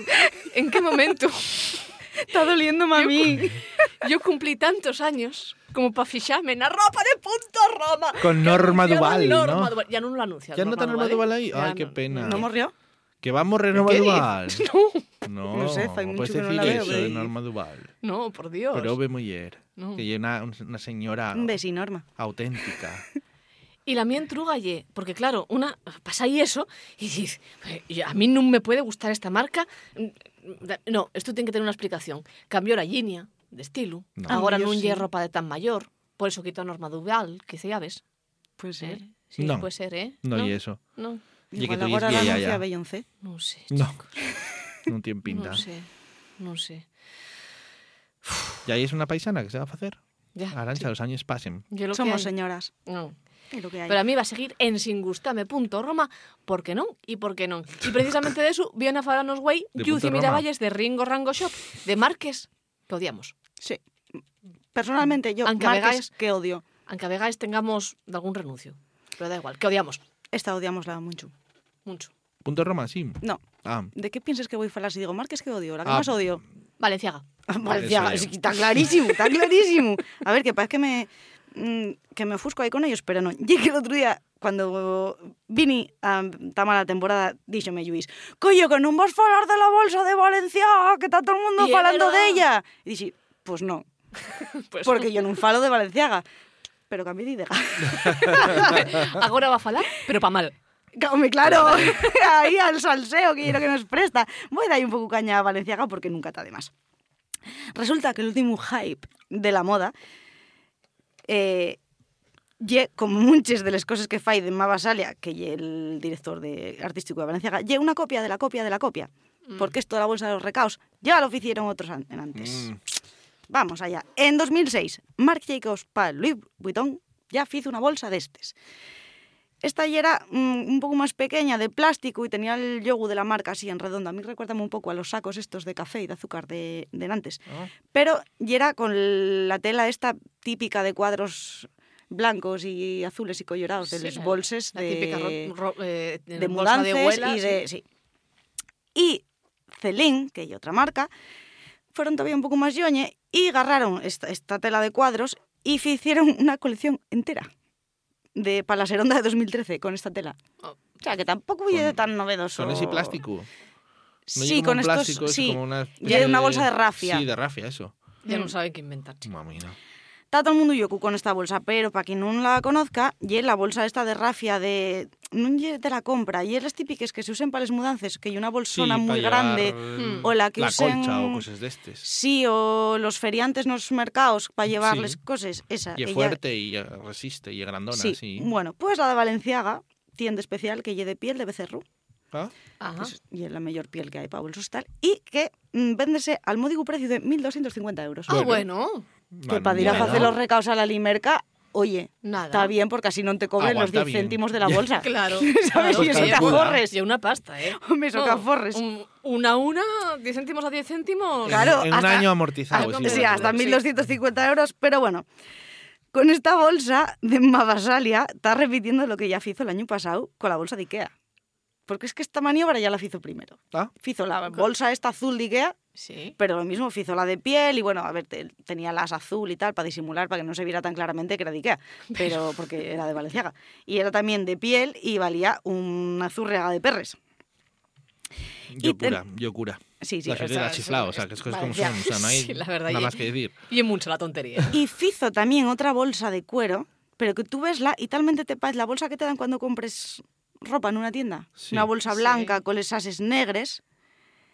Speaker 9: ¿En qué momento?
Speaker 1: Está doliendo mami. Yo, cumplí tantos años como para ficharme en la ropa de punto Roma.
Speaker 4: Con Norma
Speaker 1: Que anunciaba
Speaker 4: Duval,
Speaker 1: Norma
Speaker 4: ¿no?
Speaker 1: Duval. Ya no lo anuncia.
Speaker 4: Ya no está Norma Duval ahí.
Speaker 1: ¿eh? Ya
Speaker 4: Ay, qué
Speaker 1: no.
Speaker 4: pena.
Speaker 1: No,
Speaker 9: morrió?
Speaker 4: Que va a morrer Norma
Speaker 9: ¿Qué
Speaker 4: Duval. No.
Speaker 9: No sé, fai
Speaker 4: no
Speaker 9: mucho
Speaker 4: puedes
Speaker 9: que no
Speaker 4: decir
Speaker 9: la veo,
Speaker 4: eso de
Speaker 9: pero-
Speaker 4: Norma Duval.
Speaker 9: No, por Dios.
Speaker 4: Pero ve mujer.
Speaker 9: No.
Speaker 4: Que es una, una señora
Speaker 9: Norma.
Speaker 4: auténtica.
Speaker 1: Y la mía entruga ye, porque
Speaker 7: "Eh,
Speaker 1: claro, una pasa ahí eso y dices, a mí no me puede gustar esta marca, mm,
Speaker 7: No, isto ten que ter unha explicación. Cambiou a liña de estilo.
Speaker 1: No.
Speaker 7: Agora
Speaker 1: Ah,
Speaker 7: non
Speaker 1: yo sí.
Speaker 7: lle ropa de tan maior. Por eso quitó a norma dual, que se llaves.
Speaker 9: Puede ser.
Speaker 7: Sí,
Speaker 4: No.
Speaker 7: puede ser, ¿eh?
Speaker 4: No, y eso.
Speaker 7: No.
Speaker 4: Y
Speaker 9: Igual
Speaker 4: que tú
Speaker 9: ahora la
Speaker 4: dices, "Ya, ya,
Speaker 9: anuncia
Speaker 4: ya".
Speaker 9: Beyoncé.
Speaker 7: No sé,
Speaker 4: No. No tiene pinta.
Speaker 7: No sé, no sé.
Speaker 4: Y ahí es una paisana que se va a hacer.
Speaker 7: Ya,
Speaker 4: Arancha, los años pasen.
Speaker 7: Yo lo
Speaker 9: Somos
Speaker 7: que hay.
Speaker 9: señoras.
Speaker 7: No.
Speaker 9: Es lo que hay.
Speaker 7: Pero a mí va a seguir en singustame.roma, porque non e porque non. E precisamente de eso, viene a falarnos güey,
Speaker 9: De
Speaker 7: Yuzi
Speaker 9: punto Roma.
Speaker 7: Miravalles de Ringo Rango Shop, de Márquez, que odiamos.
Speaker 9: Sí. Personalmente yo
Speaker 7: Aunque Vegáis-
Speaker 9: Márquez, que odio.
Speaker 7: Aunque a vegades tengamos de algún renuncio, pero da igual, que odiamos.
Speaker 9: Esta odiamosla mucho.
Speaker 7: Mucho.
Speaker 4: Punto Roma, sí.
Speaker 9: No.
Speaker 4: Ah,
Speaker 9: ¿De qué piensas que voy a falar si digo Márquez que odio? La que
Speaker 4: Ah.
Speaker 9: más odio. Ah,
Speaker 7: Valenciaga.
Speaker 9: Valenciaga,
Speaker 4: Eso
Speaker 9: es
Speaker 4: digo.
Speaker 9: que está clarísimo, está clarísimo. A ver, que parece que me, mm, que me ofusco ahí con ellos, pero no. Llegué el otro día, cuando vini a tan mala temporada, díxome Luis, coño, que non vos falar de la bolsa de Valenciaga, que está todo el mundo
Speaker 1: Y é
Speaker 9: falando
Speaker 1: verdad.
Speaker 9: della. E dixi, pues no,
Speaker 7: Pues
Speaker 9: porque yo non falo de Valenciaga. Pero cambié de idea.
Speaker 7: Agora va a falar, pero pa mal.
Speaker 9: Come, claro, ahí al salseo que quiero que nos presta. Voy a dar un poco caña a Valenciaga porque nunca está de más. Resulta que el último hype de la moda eh, lle, como muchas de las cosas que fai de Mavasalia, que lle el director de artístico de Valenciaga, lle una copia de la copia de la copia.
Speaker 7: Mm.
Speaker 9: Porque esto de la bolsa de los recaos ya lo hicieron otros an- antes. Vamos allá. En 2006, Marc Jacobs para Louis Vuitton ya hizo una bolsa de estes. Esta ya era mm, un poco más pequeña, de plástico, y tenía el yogur de la marca así en redondo. A mí recuérdame un poco a los sacos estos de café y de azúcar de, de antes. Pero ya era con la tela esta típica de cuadros blancos y azules y colorados, de
Speaker 7: Sí,
Speaker 9: los
Speaker 7: la-
Speaker 9: bolses
Speaker 7: la
Speaker 9: de,
Speaker 7: típica ro- ro- eh,
Speaker 9: de,
Speaker 7: bolsa de
Speaker 9: mudances
Speaker 7: abuela,
Speaker 9: y de... sí. Y Celine, que hay otra marca, fueron todavía un poco más yoñe y agarraron esta, esta tela de cuadros y hicieron una colección entera de para la seronda de 2013 con esta tela.
Speaker 7: Oh.
Speaker 9: O sea, que tampoco hubiera de tan novedoso.
Speaker 4: Son ese plástico. No
Speaker 9: Sí,
Speaker 4: lleva como
Speaker 9: con
Speaker 4: un
Speaker 9: estos-
Speaker 4: plástico, es
Speaker 9: sí.
Speaker 4: como una
Speaker 9: Y
Speaker 4: especie
Speaker 9: de una bolsa de rafia.
Speaker 4: Sí, de rafia, eso.
Speaker 7: Ya non saben que inventar.
Speaker 4: Mamina.
Speaker 9: Está todo el mundo yoku con esta bolsa, pero para quien no la conozca, y la bolsa esta de rafia de non lle de la compra, y las típicas que se usan para las mudanzas, que hay una bolsona
Speaker 4: Sí, pa
Speaker 9: muy
Speaker 4: llevar
Speaker 9: grande
Speaker 7: Hmm.
Speaker 9: o la que
Speaker 4: la
Speaker 9: usen
Speaker 4: colcha o cosas de estes.
Speaker 9: Sí, o los feriantes nos mercados para llevarles
Speaker 4: Sí.
Speaker 9: cosas, esa.
Speaker 4: Y
Speaker 9: ella-
Speaker 4: es fuerte y eh, resiste y es grandona, sí.
Speaker 9: Bueno, pues la de Valenciaga, tienda especial que lle de piel de becerro.
Speaker 4: Ah.
Speaker 9: y es la mejor piel que hay para bolsos tal. Y que mm, véndese al módico precio de 1.250 euros.
Speaker 7: Ah, bueno.
Speaker 9: Que para ir a hacer los recaos a la limerca, oye,
Speaker 7: Nada.
Speaker 9: está bien porque así no te cobren los
Speaker 7: Aguanta
Speaker 9: 10
Speaker 7: bien.
Speaker 9: céntimos de la bolsa.
Speaker 7: Claro.
Speaker 9: ¿Sabes?
Speaker 7: claro,
Speaker 9: y eso
Speaker 7: que
Speaker 9: te
Speaker 7: lleva-
Speaker 9: ahorres.
Speaker 7: lleva una pasta, ¿eh?
Speaker 9: Hombre, eso que
Speaker 7: No,
Speaker 9: aforres.
Speaker 7: un- una a una, 10 céntimos a 10 céntimos.
Speaker 9: Claro,
Speaker 4: en un
Speaker 9: hasta-
Speaker 4: año amortizado.
Speaker 9: Ah,
Speaker 4: sí,
Speaker 9: sí,
Speaker 4: bueno,
Speaker 9: hasta
Speaker 4: sí.
Speaker 9: 1.250 euros, pero bueno. Con esta bolsa de Mavasalia está repitiendo lo que ya hizo el año pasado con la bolsa de Ikea. Porque es que esta maniobra ya la hizo primero. Hizo la bolsa esta azul de Ikea, pero lo mismo hizo la de piel y bueno, a ver, te- tenía las azul y tal para disimular, para que no se viera tan claramente que era de Ikea, pero porque era de Valenciaga. Y era también de piel y valía una zurriaga de perres.
Speaker 4: Yo
Speaker 9: Y ten-
Speaker 4: cura, yo cura.
Speaker 9: Sí, sí,
Speaker 4: La
Speaker 9: o
Speaker 4: gente
Speaker 9: sea,
Speaker 4: la
Speaker 9: es-
Speaker 4: chiflado, o sea, que es cosas como
Speaker 9: Vale,
Speaker 4: son. O
Speaker 9: ya.
Speaker 4: sea, no hay
Speaker 9: Sí, la verdad,
Speaker 4: nada
Speaker 9: y-
Speaker 4: más que decir.
Speaker 7: Y es mucho la tontería.
Speaker 9: Y Fizo también otra bolsa de cuero, pero que tú vesla y talmente te parece la bolsa que te dan cuando compres ropa en una tienda.
Speaker 4: Sí.
Speaker 9: Una bolsa blanca con les ases negres.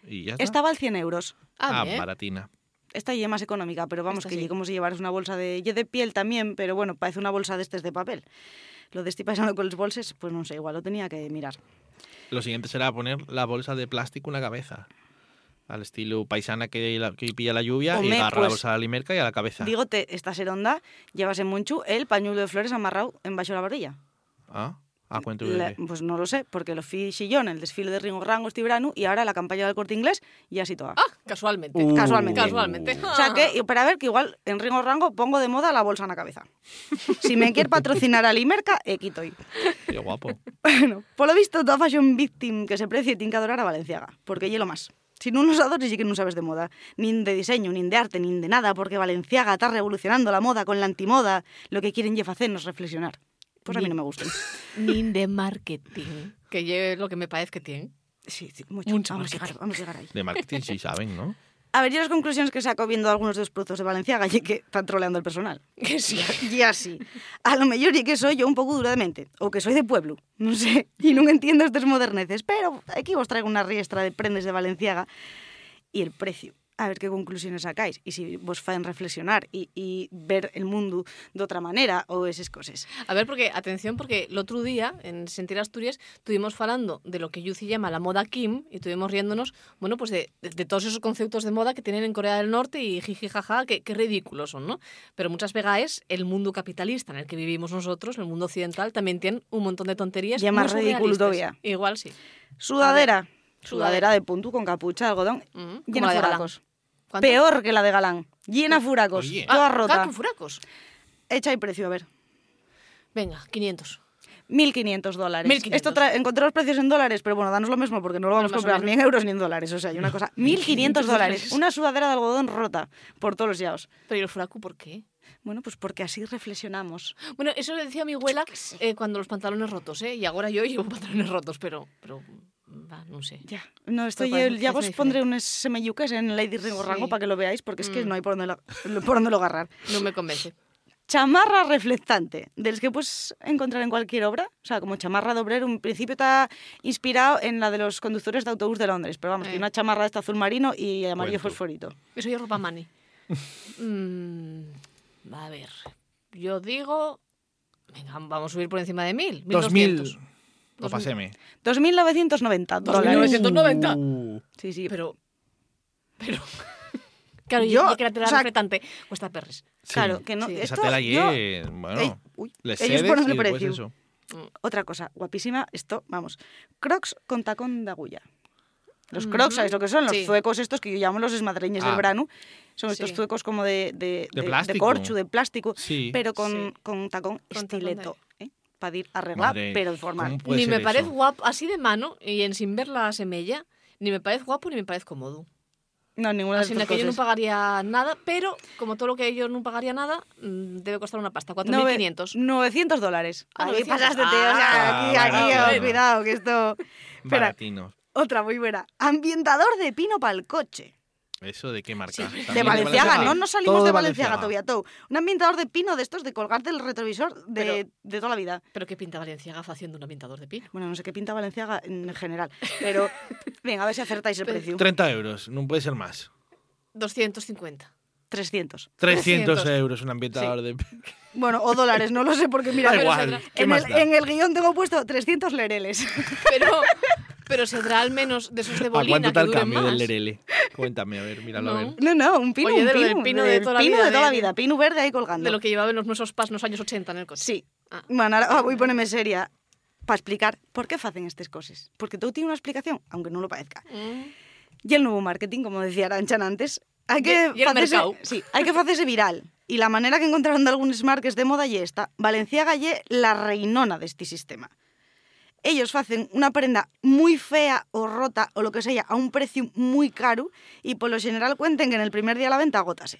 Speaker 4: Y ya está.
Speaker 9: Estaba al 100 euros.
Speaker 4: ah, baratina.
Speaker 9: Esta ya es más económica, pero vamos, que como si llevaras una bolsa de... Yo de piel también, pero bueno, parece una bolsa de estes de papel. Lo de este paisano con los bolses, pues no sé, igual lo tenía que mirar.
Speaker 4: Lo siguiente será poner la bolsa de plástico en la cabeza. Al estilo paisana que, la- que pilla la lluvia y
Speaker 9: Home,
Speaker 4: agarra la
Speaker 9: pues,
Speaker 4: bolsa de la limerca y a la cabeza.
Speaker 9: Dígote, esta seronda, llevas en Monchu el pañuelo de flores amarrado en bajo la barbilla.
Speaker 4: Ah, a cuento
Speaker 9: La- pues no lo sé, porque lo fui sillón, el desfile de Ringo Rango este verano y ahora la campaña del corte inglés y así toda.
Speaker 7: Ah, Casualmente.
Speaker 9: Uh. Casualmente.
Speaker 7: Casualmente.
Speaker 9: O sea que, y para ver que igual en Ringo Rango pongo de moda la bolsa en la cabeza. Si me quiere patrocinar a Limerca, eh, quito y.
Speaker 4: Qué guapo.
Speaker 9: Bueno, por lo visto, toda fashion victim que se precie tiene que adorar a Valenciaga, porque hielo más. Si no los adores, sí que no sabes de moda. Ni de diseño, ni de arte, ni de nada, porque Valenciaga está revolucionando la moda con la antimoda. Lo que quieren llevar hacer es reflexionar. Pues a mí
Speaker 7: Ni-
Speaker 9: no me gustan.
Speaker 7: Nin de marketing. Que lleve lo que me parece que tiene.
Speaker 9: Sí, sí, mucho. vamos, a llegar, vamos a llegar ahí.
Speaker 4: De marketing sí saben, ¿no?
Speaker 9: A ver, yo las conclusiones que saco viendo algunos de los productos de Valenciaga y que están troleando el personal.
Speaker 7: Que sí.
Speaker 9: Y así. A lo mejor y que soy yo un poco dura de mente, o que soy de pueblo, no sé, y no entiendo estas moderneces, pero aquí os traigo una riestra de prendes de Valenciaga y el precio. A ver qué conclusiones sacáis y si vos fan reflexionar y, y ver el mundo de otra maneira ou esas cosas.
Speaker 1: A ver, porque, atención, porque el otro día, en Sentir Asturias, estuvimos falando de lo que Yuzi llama la moda Kim y estuvimos riéndonos, bueno, pues de, de- de todos esos conceptos de moda que tienen en Corea del Norte y jiji jaja, que, que ridículos son, ¿no? Pero muchas veces es el mundo capitalista en el que vivimos nosotros, el mundo occidental, también tiene un montón de tonterías.
Speaker 9: Ya más
Speaker 1: muy surrealistas.
Speaker 9: ridículo todavía.
Speaker 1: Igual sí.
Speaker 9: Sudadera.
Speaker 1: Sudadera.
Speaker 9: Sudadera de puntú con capucha de algodón.
Speaker 1: Mm, como
Speaker 9: Llena
Speaker 1: la de
Speaker 9: furacos.
Speaker 1: ¿Cuánto?
Speaker 9: Peor que la de Galán. Llena furacos.
Speaker 1: Oye.
Speaker 9: Toda
Speaker 1: Ah,
Speaker 9: rota.
Speaker 1: claro, con furacos.
Speaker 9: Hecha y precio, a ver.
Speaker 1: Venga, 500.
Speaker 9: 1.500 dólares.
Speaker 1: 1.500.
Speaker 9: Esto tra- encontré los precios en dólares, pero bueno, danos lo mismo porque no lo vamos a
Speaker 1: más o
Speaker 9: comprar ni
Speaker 1: menos.
Speaker 9: en euros ni en dólares. O sea, hay una cosa. 1.500 dólares.
Speaker 1: dólares.
Speaker 9: Una sudadera de algodón rota por todos los yaos.
Speaker 1: Pero ¿y el furaco por qué?
Speaker 9: Bueno, pues porque así reflexionamos.
Speaker 1: Bueno, eso lo decía mi abuela eh, cuando los pantalones rotos, ¿eh? Y ahora yo llevo pantalones rotos, pero, pero va, no sé.
Speaker 9: Ya. No, esto
Speaker 1: Me
Speaker 9: yo,
Speaker 1: parece-
Speaker 9: ya
Speaker 1: parece
Speaker 9: os pondré unos semelluques en Lady Ringo
Speaker 1: Sí.
Speaker 9: Rango para que lo veáis porque es que
Speaker 1: Mm.
Speaker 9: no hay por dónde, lo, por dónde lo agarrar.
Speaker 1: No me convence.
Speaker 9: Chamarra reflectante, del que puedes encontrar en cualquier obra. O sea, como chamarra de obrero, en principio está inspirado en la de los conductores de autobús de Londres. Pero vamos,
Speaker 1: Eh.
Speaker 9: que una chamarra de esta azul marino y amarillo
Speaker 1: Cuento.
Speaker 9: fosforito.
Speaker 1: Eso yo ropa mani. Mm, a ver, yo digo... Venga, vamos a subir por encima de mil.
Speaker 4: 2000.
Speaker 1: 1200.
Speaker 4: Lo paseme.
Speaker 9: 2.990 dólares.
Speaker 1: 2.990.
Speaker 9: Sí, sí.
Speaker 1: Pero... Claro,
Speaker 9: Yo,
Speaker 1: yo, que la tela
Speaker 9: o sea,
Speaker 1: reflectante cuesta perres.
Speaker 9: Claro, que no.
Speaker 1: Sí.
Speaker 4: Esa
Speaker 9: esto
Speaker 4: tela allí,
Speaker 9: yo-
Speaker 4: eh, bueno,
Speaker 9: Ey, uy,
Speaker 4: le
Speaker 9: ellos
Speaker 4: cedes
Speaker 9: ponen
Speaker 4: y
Speaker 9: el
Speaker 4: después
Speaker 9: precio.
Speaker 4: eso.
Speaker 9: Mm. Otra cosa guapísima, esto, vamos. Crocs con tacón de agulla. Los
Speaker 1: Ujú.
Speaker 9: crocs, ¿sabéis lo que son? Los
Speaker 1: Sí.
Speaker 9: zuecos estos que yo llamo los esmadreñes
Speaker 4: Ah.
Speaker 9: del verano. Son estos
Speaker 1: Sí.
Speaker 9: zuecos como de, de,
Speaker 4: De
Speaker 9: de- de
Speaker 4: plástico.
Speaker 9: corcho, de plástico,
Speaker 4: Sí.
Speaker 9: pero con, con tacón
Speaker 1: Con tacón de-
Speaker 9: estileto. ¿eh? Para ir arreglar,
Speaker 4: Madre,
Speaker 9: pero de forma.
Speaker 4: ¿cómo puede
Speaker 1: Ni
Speaker 4: ser
Speaker 1: me
Speaker 4: eso?
Speaker 1: parece guapo, así de mano, y en sin ver la semella, ni me parece guapo ni me parece cómodo.
Speaker 9: No, ninguna de
Speaker 1: Así en
Speaker 9: estas
Speaker 1: la que yo no
Speaker 9: cosas.
Speaker 1: pagaría nada, pero como todo lo que yo no pagaría nada, mm, debe costar una pasta,
Speaker 9: Nove-
Speaker 1: 4.500.
Speaker 9: 900 dólares.
Speaker 1: Ah,
Speaker 9: Ahí
Speaker 1: 900.
Speaker 9: pasaste, tío. O sea,
Speaker 4: Ah,
Speaker 9: aquí, aquí,
Speaker 4: barato,
Speaker 9: oh,
Speaker 4: bueno.
Speaker 9: cuidado, que esto. Espera.
Speaker 4: Baratinos.
Speaker 9: Otra muy buena. Ambientador de pino para el coche.
Speaker 4: ¿Eso de qué marca? ¿También
Speaker 9: De Valenciaga, no nos salimos
Speaker 4: Todo
Speaker 9: de Valenciaga, todavía todo. Un ambientador de pino de estos de colgar del retrovisor de,
Speaker 1: Pero-
Speaker 9: de toda la vida.
Speaker 1: Pero qué pinta Valenciaga haciendo un ambientador de pino.
Speaker 9: Bueno, no sé qué pinta Valenciaga en general, pero venga, a ver si acertáis el
Speaker 1: Pero-
Speaker 9: precio.
Speaker 4: 30 euros, no puede ser más.
Speaker 1: 250.
Speaker 9: 300.
Speaker 4: 300
Speaker 1: 300.
Speaker 4: euros un ambientador de...
Speaker 9: Bueno, o dólares, no lo sé porque mira,
Speaker 4: Da
Speaker 9: pero
Speaker 4: igual,
Speaker 9: saldrá-
Speaker 4: ¿qué
Speaker 9: en,
Speaker 4: más
Speaker 9: el,
Speaker 4: da?
Speaker 9: en el guión tengo puesto 300 lereles.
Speaker 1: Pero, pero saldrá al menos de esos de
Speaker 4: ¿A
Speaker 1: bolina
Speaker 4: cuánto
Speaker 1: que
Speaker 4: tal
Speaker 1: duren
Speaker 4: cambio
Speaker 1: más.
Speaker 4: del Lerele? Cuéntame, a ver, míralo a
Speaker 1: No.
Speaker 4: ver.
Speaker 9: No, no, un pino,
Speaker 1: Oye,
Speaker 9: un
Speaker 1: de lo del
Speaker 9: pino,
Speaker 1: pino de
Speaker 9: del
Speaker 1: toda la
Speaker 9: pino
Speaker 1: vida,
Speaker 9: de toda la
Speaker 1: de-
Speaker 9: vida, pino verde ahí colgando.
Speaker 1: De lo que llevaban los nuestros pas en los años 80 en el coche.
Speaker 9: Sí.
Speaker 1: Ah.
Speaker 9: Bueno, ahora ah, voy a ponerme seria para explicar por qué hacen estas cosas. Porque todo tiene una explicación, aunque no lo parezca.
Speaker 1: Mm.
Speaker 9: Y el nuevo marketing, como decía Aranchan antes, hay que
Speaker 1: Y- y el
Speaker 9: facerse-
Speaker 1: mercado.
Speaker 9: sí, hay que facerse viral. Y la manera que encontraron de algunos marques de moda y esta, Valenciaga ye la reinona de este sistema. Ellos hacen una prenda muy fea o rota o lo que sea a un precio muy caro y por lo general cuenten que en el primer día de la venta agotase.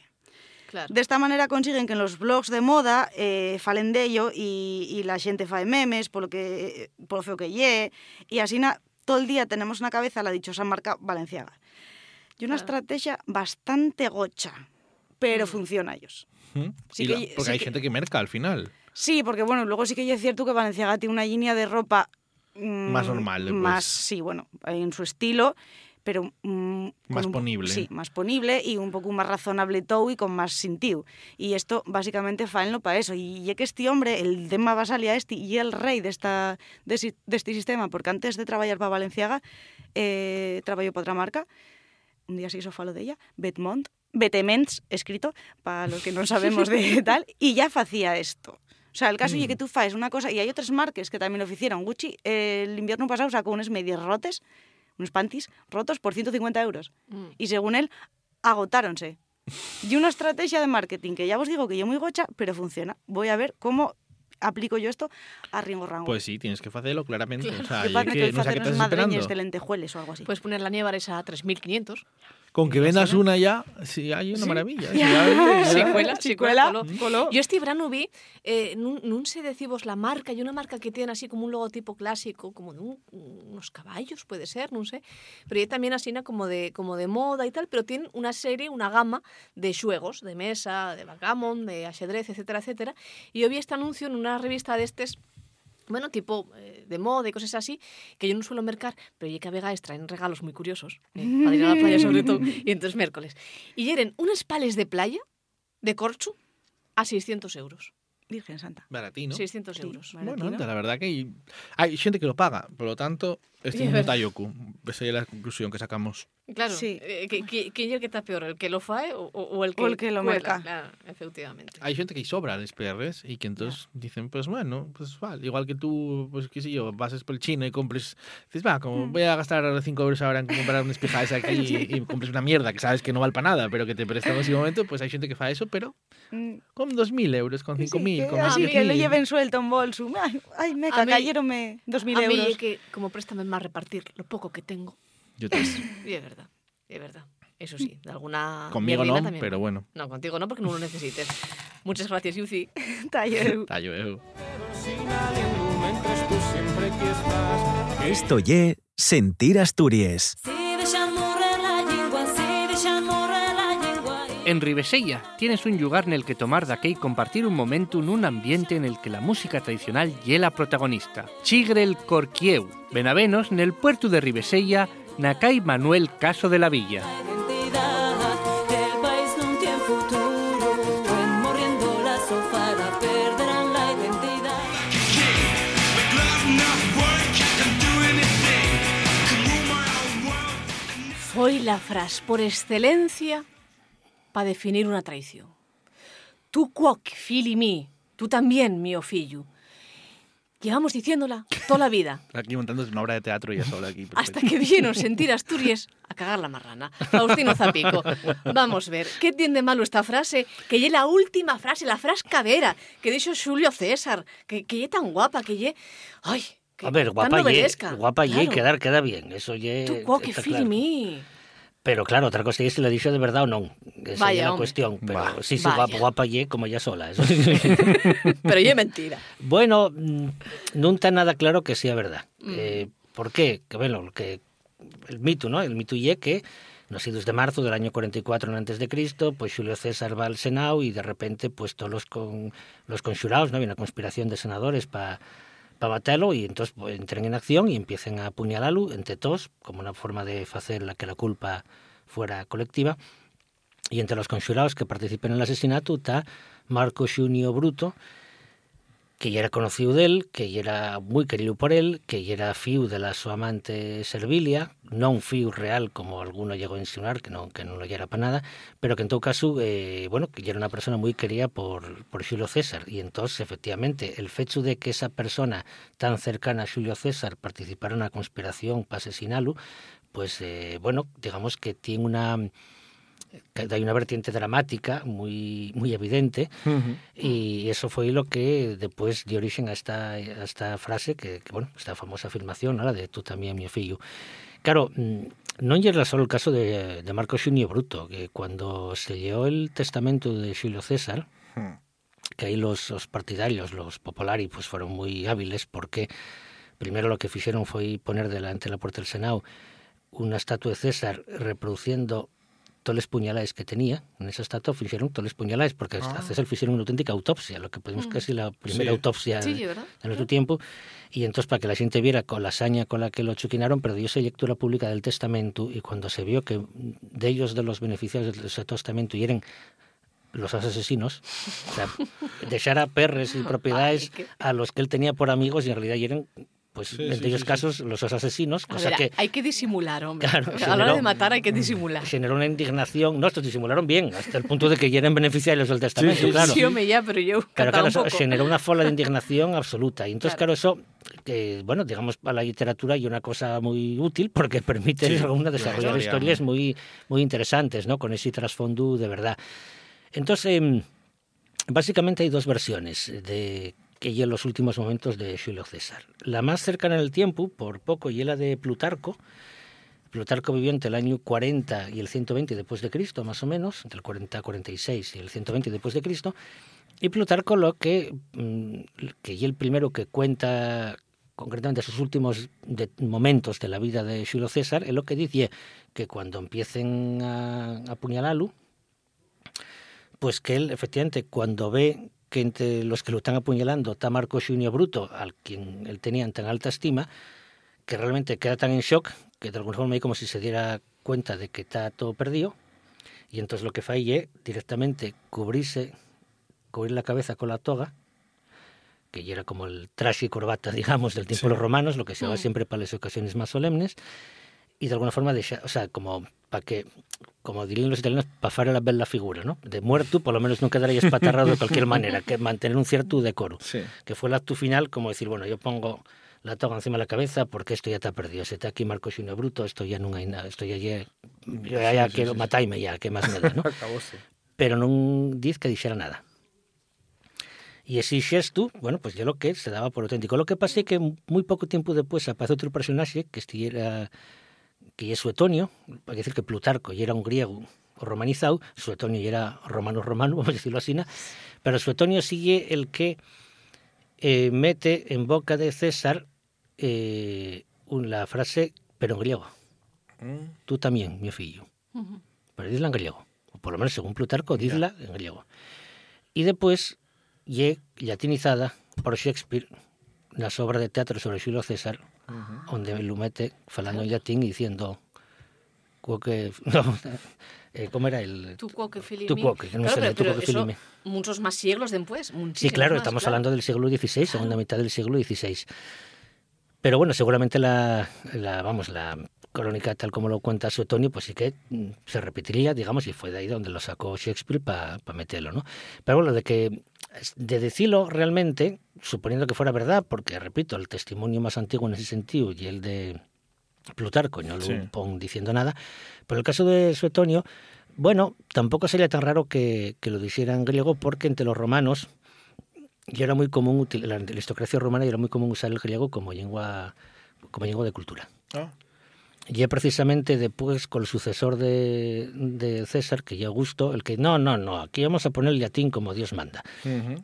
Speaker 1: Claro.
Speaker 9: De esta manera consiguen que en los blogs de moda eh, falen de ello y, y la gente fae memes por lo, que, por lo feo que lle y así na, todo el día tenemos una cabeza la dichosa marca valenciaga. Y una
Speaker 1: Claro.
Speaker 9: estrategia bastante gocha, pero funciona a ellos.
Speaker 4: ¿Mm?
Speaker 9: Sí
Speaker 4: Y
Speaker 9: que-
Speaker 4: la- porque
Speaker 9: sí
Speaker 4: hay
Speaker 9: que-
Speaker 4: gente que merca al final.
Speaker 9: Sí, porque bueno, luego sí que ya es cierto que Valenciaga tiene una línea de ropa mm,
Speaker 4: Más normal, pues.
Speaker 9: Más, sí, bueno, en su estilo, pero... mm, con
Speaker 4: Más
Speaker 9: un-
Speaker 4: ponible.
Speaker 9: Sí, más ponible y un poco más razonable todo y con más sentido. Y esto básicamente faenlo para eso. Y ya que este hombre, el tema basalia este, y el rey de, esta, de, si- de este sistema, porque antes de trabajar para Valenciaga, eh, trabajó para otra marca, un día se hizo falo de ella, Betmont, Betements, escrito, para los que no sabemos de tal, y ya hacía esto. O sea, el caso
Speaker 4: Mm.
Speaker 9: es que tú faes una cosa, y hay otras marcas que también lo hicieron. Gucci, eh, el invierno pasado sacó unos medias rotes, unos panties rotos por 150 euros.
Speaker 1: Mm.
Speaker 9: Y según él, agotáronse. Y una estrategia de marketing que ya os digo que yo muy gocha, pero funciona. Voy a ver cómo aplico yo esto a Ringo Rango.
Speaker 4: Pues sí, tienes que hacerlo claramente. O sea,
Speaker 9: que
Speaker 4: y
Speaker 9: parece
Speaker 4: que
Speaker 9: que
Speaker 4: no sé a qué
Speaker 9: hacer
Speaker 4: estás
Speaker 9: unos madriñes de
Speaker 4: esperando.
Speaker 9: lentejueles o algo así.
Speaker 1: Puedes poner la nieve esa a 3.500.
Speaker 4: Con que vendas una ya, sí, hay una maravilla. Sí, hay-
Speaker 1: Si
Speaker 4: ya.
Speaker 1: cuela, si
Speaker 9: cuela,
Speaker 1: cuela, coló. Yo este verano vi, eh, nun, nun se decimos la marca, y una marca que tiene así como un logotipo clásico, como de un- unos caballos, puede ser, no sé, pero hay también así na como de, como de moda y tal, pero tienen una serie, una gama de juegos, de mesa, de backgammon, de ajedrez, etcétera, etcétera, y yo vi este anuncio en una revista de estes bueno, tipo eh, de moda y cosas así, que yo no suelo mercar, pero ya que a Vegas traen regalos muy curiosos, eh, para ir a la playa sobre todo, y entonces miércoles. Y yeren unas pales de playa, de corcho, a 600 euros.
Speaker 9: Virgen Santa.
Speaker 4: Baratino.
Speaker 1: 600 euros.
Speaker 4: Bueno, anda, la verdad que hay gente que lo paga, por lo tanto,
Speaker 1: Sí,
Speaker 4: este
Speaker 1: es
Speaker 4: es un
Speaker 1: verdad.
Speaker 4: Tayoku. Esa es la conclusión que sacamos.
Speaker 1: Claro, eh, que- que- ¿quién es el que está peor? ¿El que lo fae o, o- o el que
Speaker 9: O el que lo
Speaker 1: cuela?
Speaker 9: merca.
Speaker 1: Claro, efectivamente.
Speaker 4: Hay gente que sobra de PRs y que entonces dicen, pues bueno, pues vale, igual que tú, pues qué sé yo, vas por el chino y compres, dices, va, como
Speaker 1: Mm.
Speaker 4: voy a gastar 5 euros ahora en comprar unas pijadas aquí y, y compres una mierda que sabes que no vale para nada, pero que te prestamos en ese momento, pues hay gente que fa eso, pero
Speaker 1: mm,
Speaker 4: con 2.000 euros, con 5.000, con
Speaker 1: Ah,
Speaker 9: Así que lo
Speaker 4: 10.000.
Speaker 9: lleven suelto en bolso. Ay, ay me
Speaker 1: A mí-
Speaker 9: cayeronme 2.000
Speaker 1: a mí
Speaker 9: euros.
Speaker 1: es que como préstame más repartir lo poco que tengo.
Speaker 4: Yo te-
Speaker 1: Y es verdad, es verdad. Eso sí, de alguna...
Speaker 4: Conmigo no,
Speaker 1: mierdina también.
Speaker 4: pero bueno.
Speaker 1: No, contigo no, porque no lo necesites. Muchas gracias, Yuzi.
Speaker 9: Tayoru.
Speaker 4: Tayoru.
Speaker 11: Esto ye sentir Asturias.
Speaker 10: Si dejan morrer la lengua, si dejan morrer la lengua.
Speaker 6: En Ribesella tienes un lugar en el que tomar daqué y compartir un momento en un ambiente en el que la música tradicional ye la protagonista. Chigre el Corquieu, Benavenos, en el puerto de Ribesella, Nacay Manuel Caso de la Villa.
Speaker 10: El país no tiene futuro, en morriendo la sofada perderán la identidad.
Speaker 1: Foi la frase por excelencia para definir una traición. Tú cuoc, fili mí, tú también, mío fillo. Llevamos diciéndola toda la vida,
Speaker 4: Aquí montándose una obra de teatro y ya sola aquí.
Speaker 1: hasta que vieron sentir Asturias a cagar la marrana. Faustino Zapico. Vamos a ver, ¿qué tiene de malo esta frase? Que lle la última frase, la frase cadera, que dixo Xulio César, que, que lle tan guapa, que lle... Ay, que
Speaker 13: A ver,
Speaker 1: tan
Speaker 13: guapa ye,
Speaker 1: novelesca,
Speaker 13: guapa ye,
Speaker 1: claro.
Speaker 13: quedar queda bien, eso ye
Speaker 1: Tú cuoc,
Speaker 13: está
Speaker 1: fili
Speaker 13: claro.
Speaker 1: mí.
Speaker 13: Pero claro, otra cosa es si lo dicho de verdad o no, esa es
Speaker 1: Vaya,
Speaker 13: la
Speaker 1: hombre.
Speaker 13: cuestión, pero sí, sí,
Speaker 1: vaya.
Speaker 13: guapa, guapa ye como ya sola, eso.
Speaker 1: Pero ye mentira.
Speaker 13: Bueno, nunca nada claro que sea verdad.
Speaker 1: Mm.
Speaker 13: Eh, ¿Por qué? Que bueno, lo que el mito, ¿no? El mito y que nacidos de marzo del año 44 antes de Cristo, pues Julio César va al Senado y de repente pues todos los con los conjurados, ¿no? Hay una conspiración de senadores para para matalo y entonces pues, entren en acción y empiecen a apuñalarlo entre todos como una forma de hacer la que la culpa fuera colectiva. Y entre los conjurados que participen en el asesinato está Marco Junio Bruto, que ya era conocido de él, que ya era muy querido por él, que ya era fiu de la su amante Servilia, no un fiu real como alguno llegó a insinuar, que no, que no lo ya era para nada, pero que en todo caso, eh, bueno, que ya era una persona muy querida por, por Julio César. Y entonces, efectivamente, el hecho de que esa persona tan cercana a Julio César participara en una conspiración para asesinarlo, pues eh, bueno, digamos que tiene una... que Hay una vertiente dramática muy, muy evidente y eso fue lo que después dio origen a esta, a esta frase, que, que, bueno, esta famosa afirmación, ¿no? la de tú también, mi fillo. Claro, mm, no era solo el caso de, de Marco Junio Bruto, que cuando se llegó el testamento de Julio César, que ahí los, los partidarios, los populares, pues fueron muy hábiles porque primero lo que hicieron fue poner delante de la puerta del Senado una estatua de César reproduciendo todos los puñaladas que tenía. En esa estatua hicieron todos los puñaladas porque
Speaker 6: Ah.
Speaker 13: a César hicieron una auténtica autopsia, lo que podemos
Speaker 6: Mm.
Speaker 13: casi la primera
Speaker 6: Sí.
Speaker 13: autopsia
Speaker 6: Sí,
Speaker 13: de
Speaker 6: ¿verdad?
Speaker 13: nuestro tiempo. Y entonces para que la gente viera con la hazaña con la que lo chuquinaron, pero dio lectura pública del testamento y cuando se vio que de ellos, de los beneficiarios del ese testamento, y eran los asesinos, o sea, dejar a perres y propiedades a los que él tenía por amigos y en realidad eran, pues,
Speaker 1: Sí,
Speaker 13: en
Speaker 1: sí,
Speaker 13: ellos
Speaker 1: sí,
Speaker 13: casos, los asesinos,
Speaker 1: A
Speaker 13: cosa
Speaker 1: ver,
Speaker 13: que
Speaker 1: hay que disimular, hombre.
Speaker 13: Claro,
Speaker 1: a la hora
Speaker 13: generó-
Speaker 1: de matar hay que disimular.
Speaker 13: generó una indignación. No, estos disimularon bien, hasta el punto de que ya eran beneficiarios del testamento, claro.
Speaker 1: Sí, hombre, ya, pero yo
Speaker 13: Claro,
Speaker 1: cantaba
Speaker 13: claro,
Speaker 1: un
Speaker 13: eso
Speaker 1: poco.
Speaker 13: generó una fola de indignación absoluta. Y entonces, claro, eso, que, bueno, digamos, para la literatura y una cosa muy útil porque permite
Speaker 6: Sí,
Speaker 13: a uno
Speaker 6: la
Speaker 13: desarrollar
Speaker 6: historia.
Speaker 13: historias muy, muy interesantes, ¿no? Con ese trasfondo de verdad. Entonces, em, básicamente hay dos versiones de que hay en los últimos momentos de Julio César. La más cercana en el tiempo, por poco, y es la de Plutarco, Plutarco vivió entre el año 40 y el 120 después de Cristo, más o menos, entre el 40 46 y el 120 después de Cristo, y Plutarco lo que mm, que y el primero que cuenta concretamente sus últimos de- momentos de la vida de Julio César, es lo que dice que cuando empiecen a a apuñalarlo, pues que él efectivamente cuando ve que entre los que lo están apuñalando está Marco Junio Bruto, al quien él tenía en tan alta estima, que realmente queda tan en shock que de alguna forma es como si se diera cuenta de que está todo perdido. Y entonces lo que fallé directamente cubrirse, cubrir la cabeza con la toga, que ya era como el traje y corbata, digamos, del tiempo de los romanos, lo que se daba
Speaker 12: Mm.
Speaker 13: siempre para las ocasiones más solemnes, y de alguna forma deixar, o sea, como para que, como dirían los italianos, para hacer la bella figura, ¿no? De muerto, por lo menos no quedaría espatarrado de cualquier manera, que mantener un cierto decoro, que fue el acto final, como decir, bueno, yo pongo la toga encima de la cabeza porque esto ya está perdido, se está aquí Marco Xino Bruto, esto ya no hay nada, esto ya, ya, yo ya,
Speaker 12: Sí, sí,
Speaker 13: quiero
Speaker 12: sí, sí.
Speaker 13: matarme ya, que más me da, ¿no?
Speaker 12: Acabóse.
Speaker 13: Pero no dice que dijera nada. Y ese gesto, bueno, pues ya lo que se daba por auténtico. Lo que pasa es que muy poco tiempo después aparece otro personaje que este era que es suetonio, hay que decir que Plutarco ya era un griego o romanizado, suetonio ya era romano-romano, vamos a decirlo así, ¿no? pero suetonio sigue el que eh, mete en boca de César eh, un- la frase, pero en griego, tú también, mi fillo, pero dizla en griego, o por lo menos según Plutarco, dizla en griego. Y después, ye latinizada por Shakespeare, la obra de teatro sobre Julio César, donde lo mete falando en latín y diciendo "Quo que no, eh, cómo era el
Speaker 1: Tu cuoque filimi.
Speaker 13: Tu cuoque, que no
Speaker 1: Claro,
Speaker 13: sé,
Speaker 1: pero,
Speaker 13: tu
Speaker 1: pero
Speaker 13: cuoque
Speaker 1: eso
Speaker 13: filimi.
Speaker 1: muchos más siglos después.
Speaker 13: Sí,
Speaker 1: muchísimos
Speaker 13: claro,
Speaker 1: más,
Speaker 13: estamos
Speaker 1: claro.
Speaker 13: hablando del siglo XVI, segunda mitad del siglo XVI. Pero bueno, seguramente la, la- vamos, la crónica tal como lo cuenta Suetonio, pues sí que mm, se repetiría, digamos, y fue de ahí donde lo sacó Shakespeare para meterlo, ¿no? Pero bueno, de que de decirlo realmente, suponiendo que fuera verdad, porque repito, el testimonio más antiguo en ese sentido y el de Plutarco, no lo
Speaker 12: Sí.
Speaker 13: pon diciendo nada, pero el caso de Suetonio, bueno, tampoco sería tan raro que, que lo dijera en griego, porque entre los romanos ya era muy común, util- la aristocracia romana ya era muy común usar el griego como lengua, como lengua de cultura.
Speaker 4: Ah.
Speaker 13: Y es precisamente después con el sucesor de, de César, que ya Augusto, el que no, no, no, aquí vamos a poner el latín como Dios manda.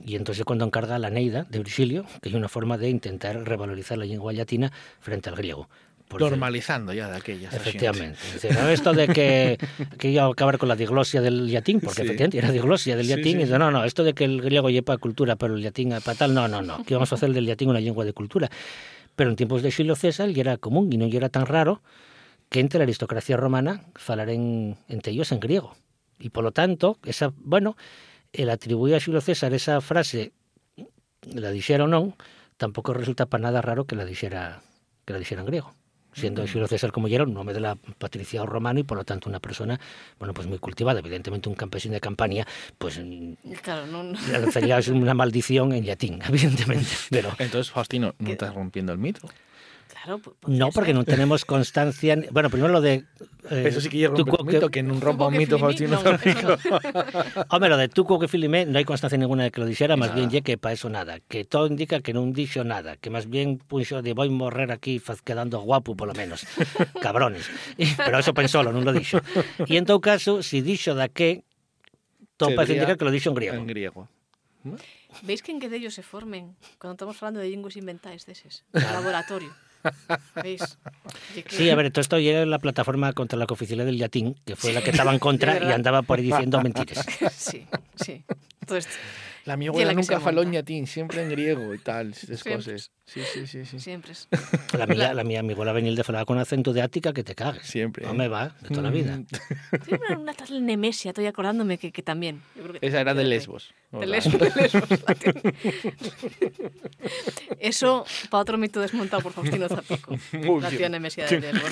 Speaker 13: Y entonces cuando encarga la Neida de Virgilio, que es una forma de intentar revalorizar la lengua latina frente al griego. Por decir-
Speaker 4: Normalizando ya de aquellas.
Speaker 13: Efectivamente. Es decir, ¿no? Esto de que, que iba a acabar con la diglosia del latín, porque
Speaker 4: Sí.
Speaker 13: efectivamente era diglosia del
Speaker 4: Sí,
Speaker 13: latín,
Speaker 4: sí,
Speaker 13: y
Speaker 4: sí.
Speaker 13: dice, no, no, esto de que el griego lleva cultura, pero el latín para tal, no, no, no, que vamos a hacer del latín una lengua de cultura. Pero en tiempos de Julio César ya era común y no ya era tan raro que entre la aristocracia romana falar en, entre ellos en griego. Y por lo tanto, esa, bueno, el atribuir a Julio César esa frase, la dijera o no, tampoco resulta para nada raro que la dijera, que la dijera en griego. Siendo
Speaker 12: Mm.
Speaker 13: Julio César como ya era un nombre de la patricia o romano y por lo tanto una persona, bueno, pues muy cultivada. Evidentemente un campesino de Campania, pues mm,
Speaker 1: Claro, no, no.
Speaker 13: le lanzaría una maldición en latín, evidentemente. Pero
Speaker 4: Entonces, Faustino, no estás rompiendo el mito.
Speaker 1: Claro, po- po-
Speaker 13: no, porque no tenemos constancia. ni- Bueno, primero lo de... eh,
Speaker 4: Eso sí que ya
Speaker 13: tu
Speaker 4: rompe un
Speaker 13: cuoque-
Speaker 4: mito, que no rompa un mito, Faustino. Zorrico.
Speaker 13: Hombre, lo de Tuco que filime, no hay constancia ninguna de que lo dijera, más bien ya que para eso nada. Que todo indica que no dicho nada, que más bien puso de voy a morrer aquí faz- quedando guapo por lo menos. Cabrones. Y- Pero eso pensólo, no lo dicho. Y en todo caso, si dicho de qué, todo
Speaker 4: Sería
Speaker 13: parece indicar que lo dicho en griego.
Speaker 4: En griego.
Speaker 1: ¿Veis que en qué de ellos se formen? Cuando estamos hablando de lingües inventáis de esos.
Speaker 13: Claro.
Speaker 1: Laboratorio. ¿Veis? Y que-
Speaker 13: Sí, a ver, todo esto ya era la plataforma contra la cooficialidad del latín, que fue la que estaba en
Speaker 1: Sí,
Speaker 13: contra y
Speaker 1: ¿verdad?
Speaker 13: andaba por ahí diciendo mentiras.
Speaker 1: Sí, sí. Todo esto.
Speaker 4: La
Speaker 1: Y
Speaker 4: mi
Speaker 1: en
Speaker 4: abuela
Speaker 1: la que se
Speaker 4: nunca faló en
Speaker 1: monta.
Speaker 4: latín, siempre en griego y tal, estas
Speaker 1: Siempre.
Speaker 4: cosas. Sí, sí, sí. sí.
Speaker 1: Siempre. es-
Speaker 13: La mía, la mía, mi abuela venía de falar con acento de ática que te cagues.
Speaker 4: Siempre.
Speaker 13: No me va, de toda la vida.
Speaker 1: Tiene una, una tal Nemesia, estoy acordándome que, que también. Yo creo que-
Speaker 4: Esa era de Lesbos.
Speaker 1: De
Speaker 4: ¿verdad?
Speaker 1: Lesbos, de Lesbos, la tiene. Eso para otro mito desmontado por Faustino Zapico.
Speaker 4: Muy
Speaker 1: la tía
Speaker 4: bien.
Speaker 1: Nemesia de Lesbos.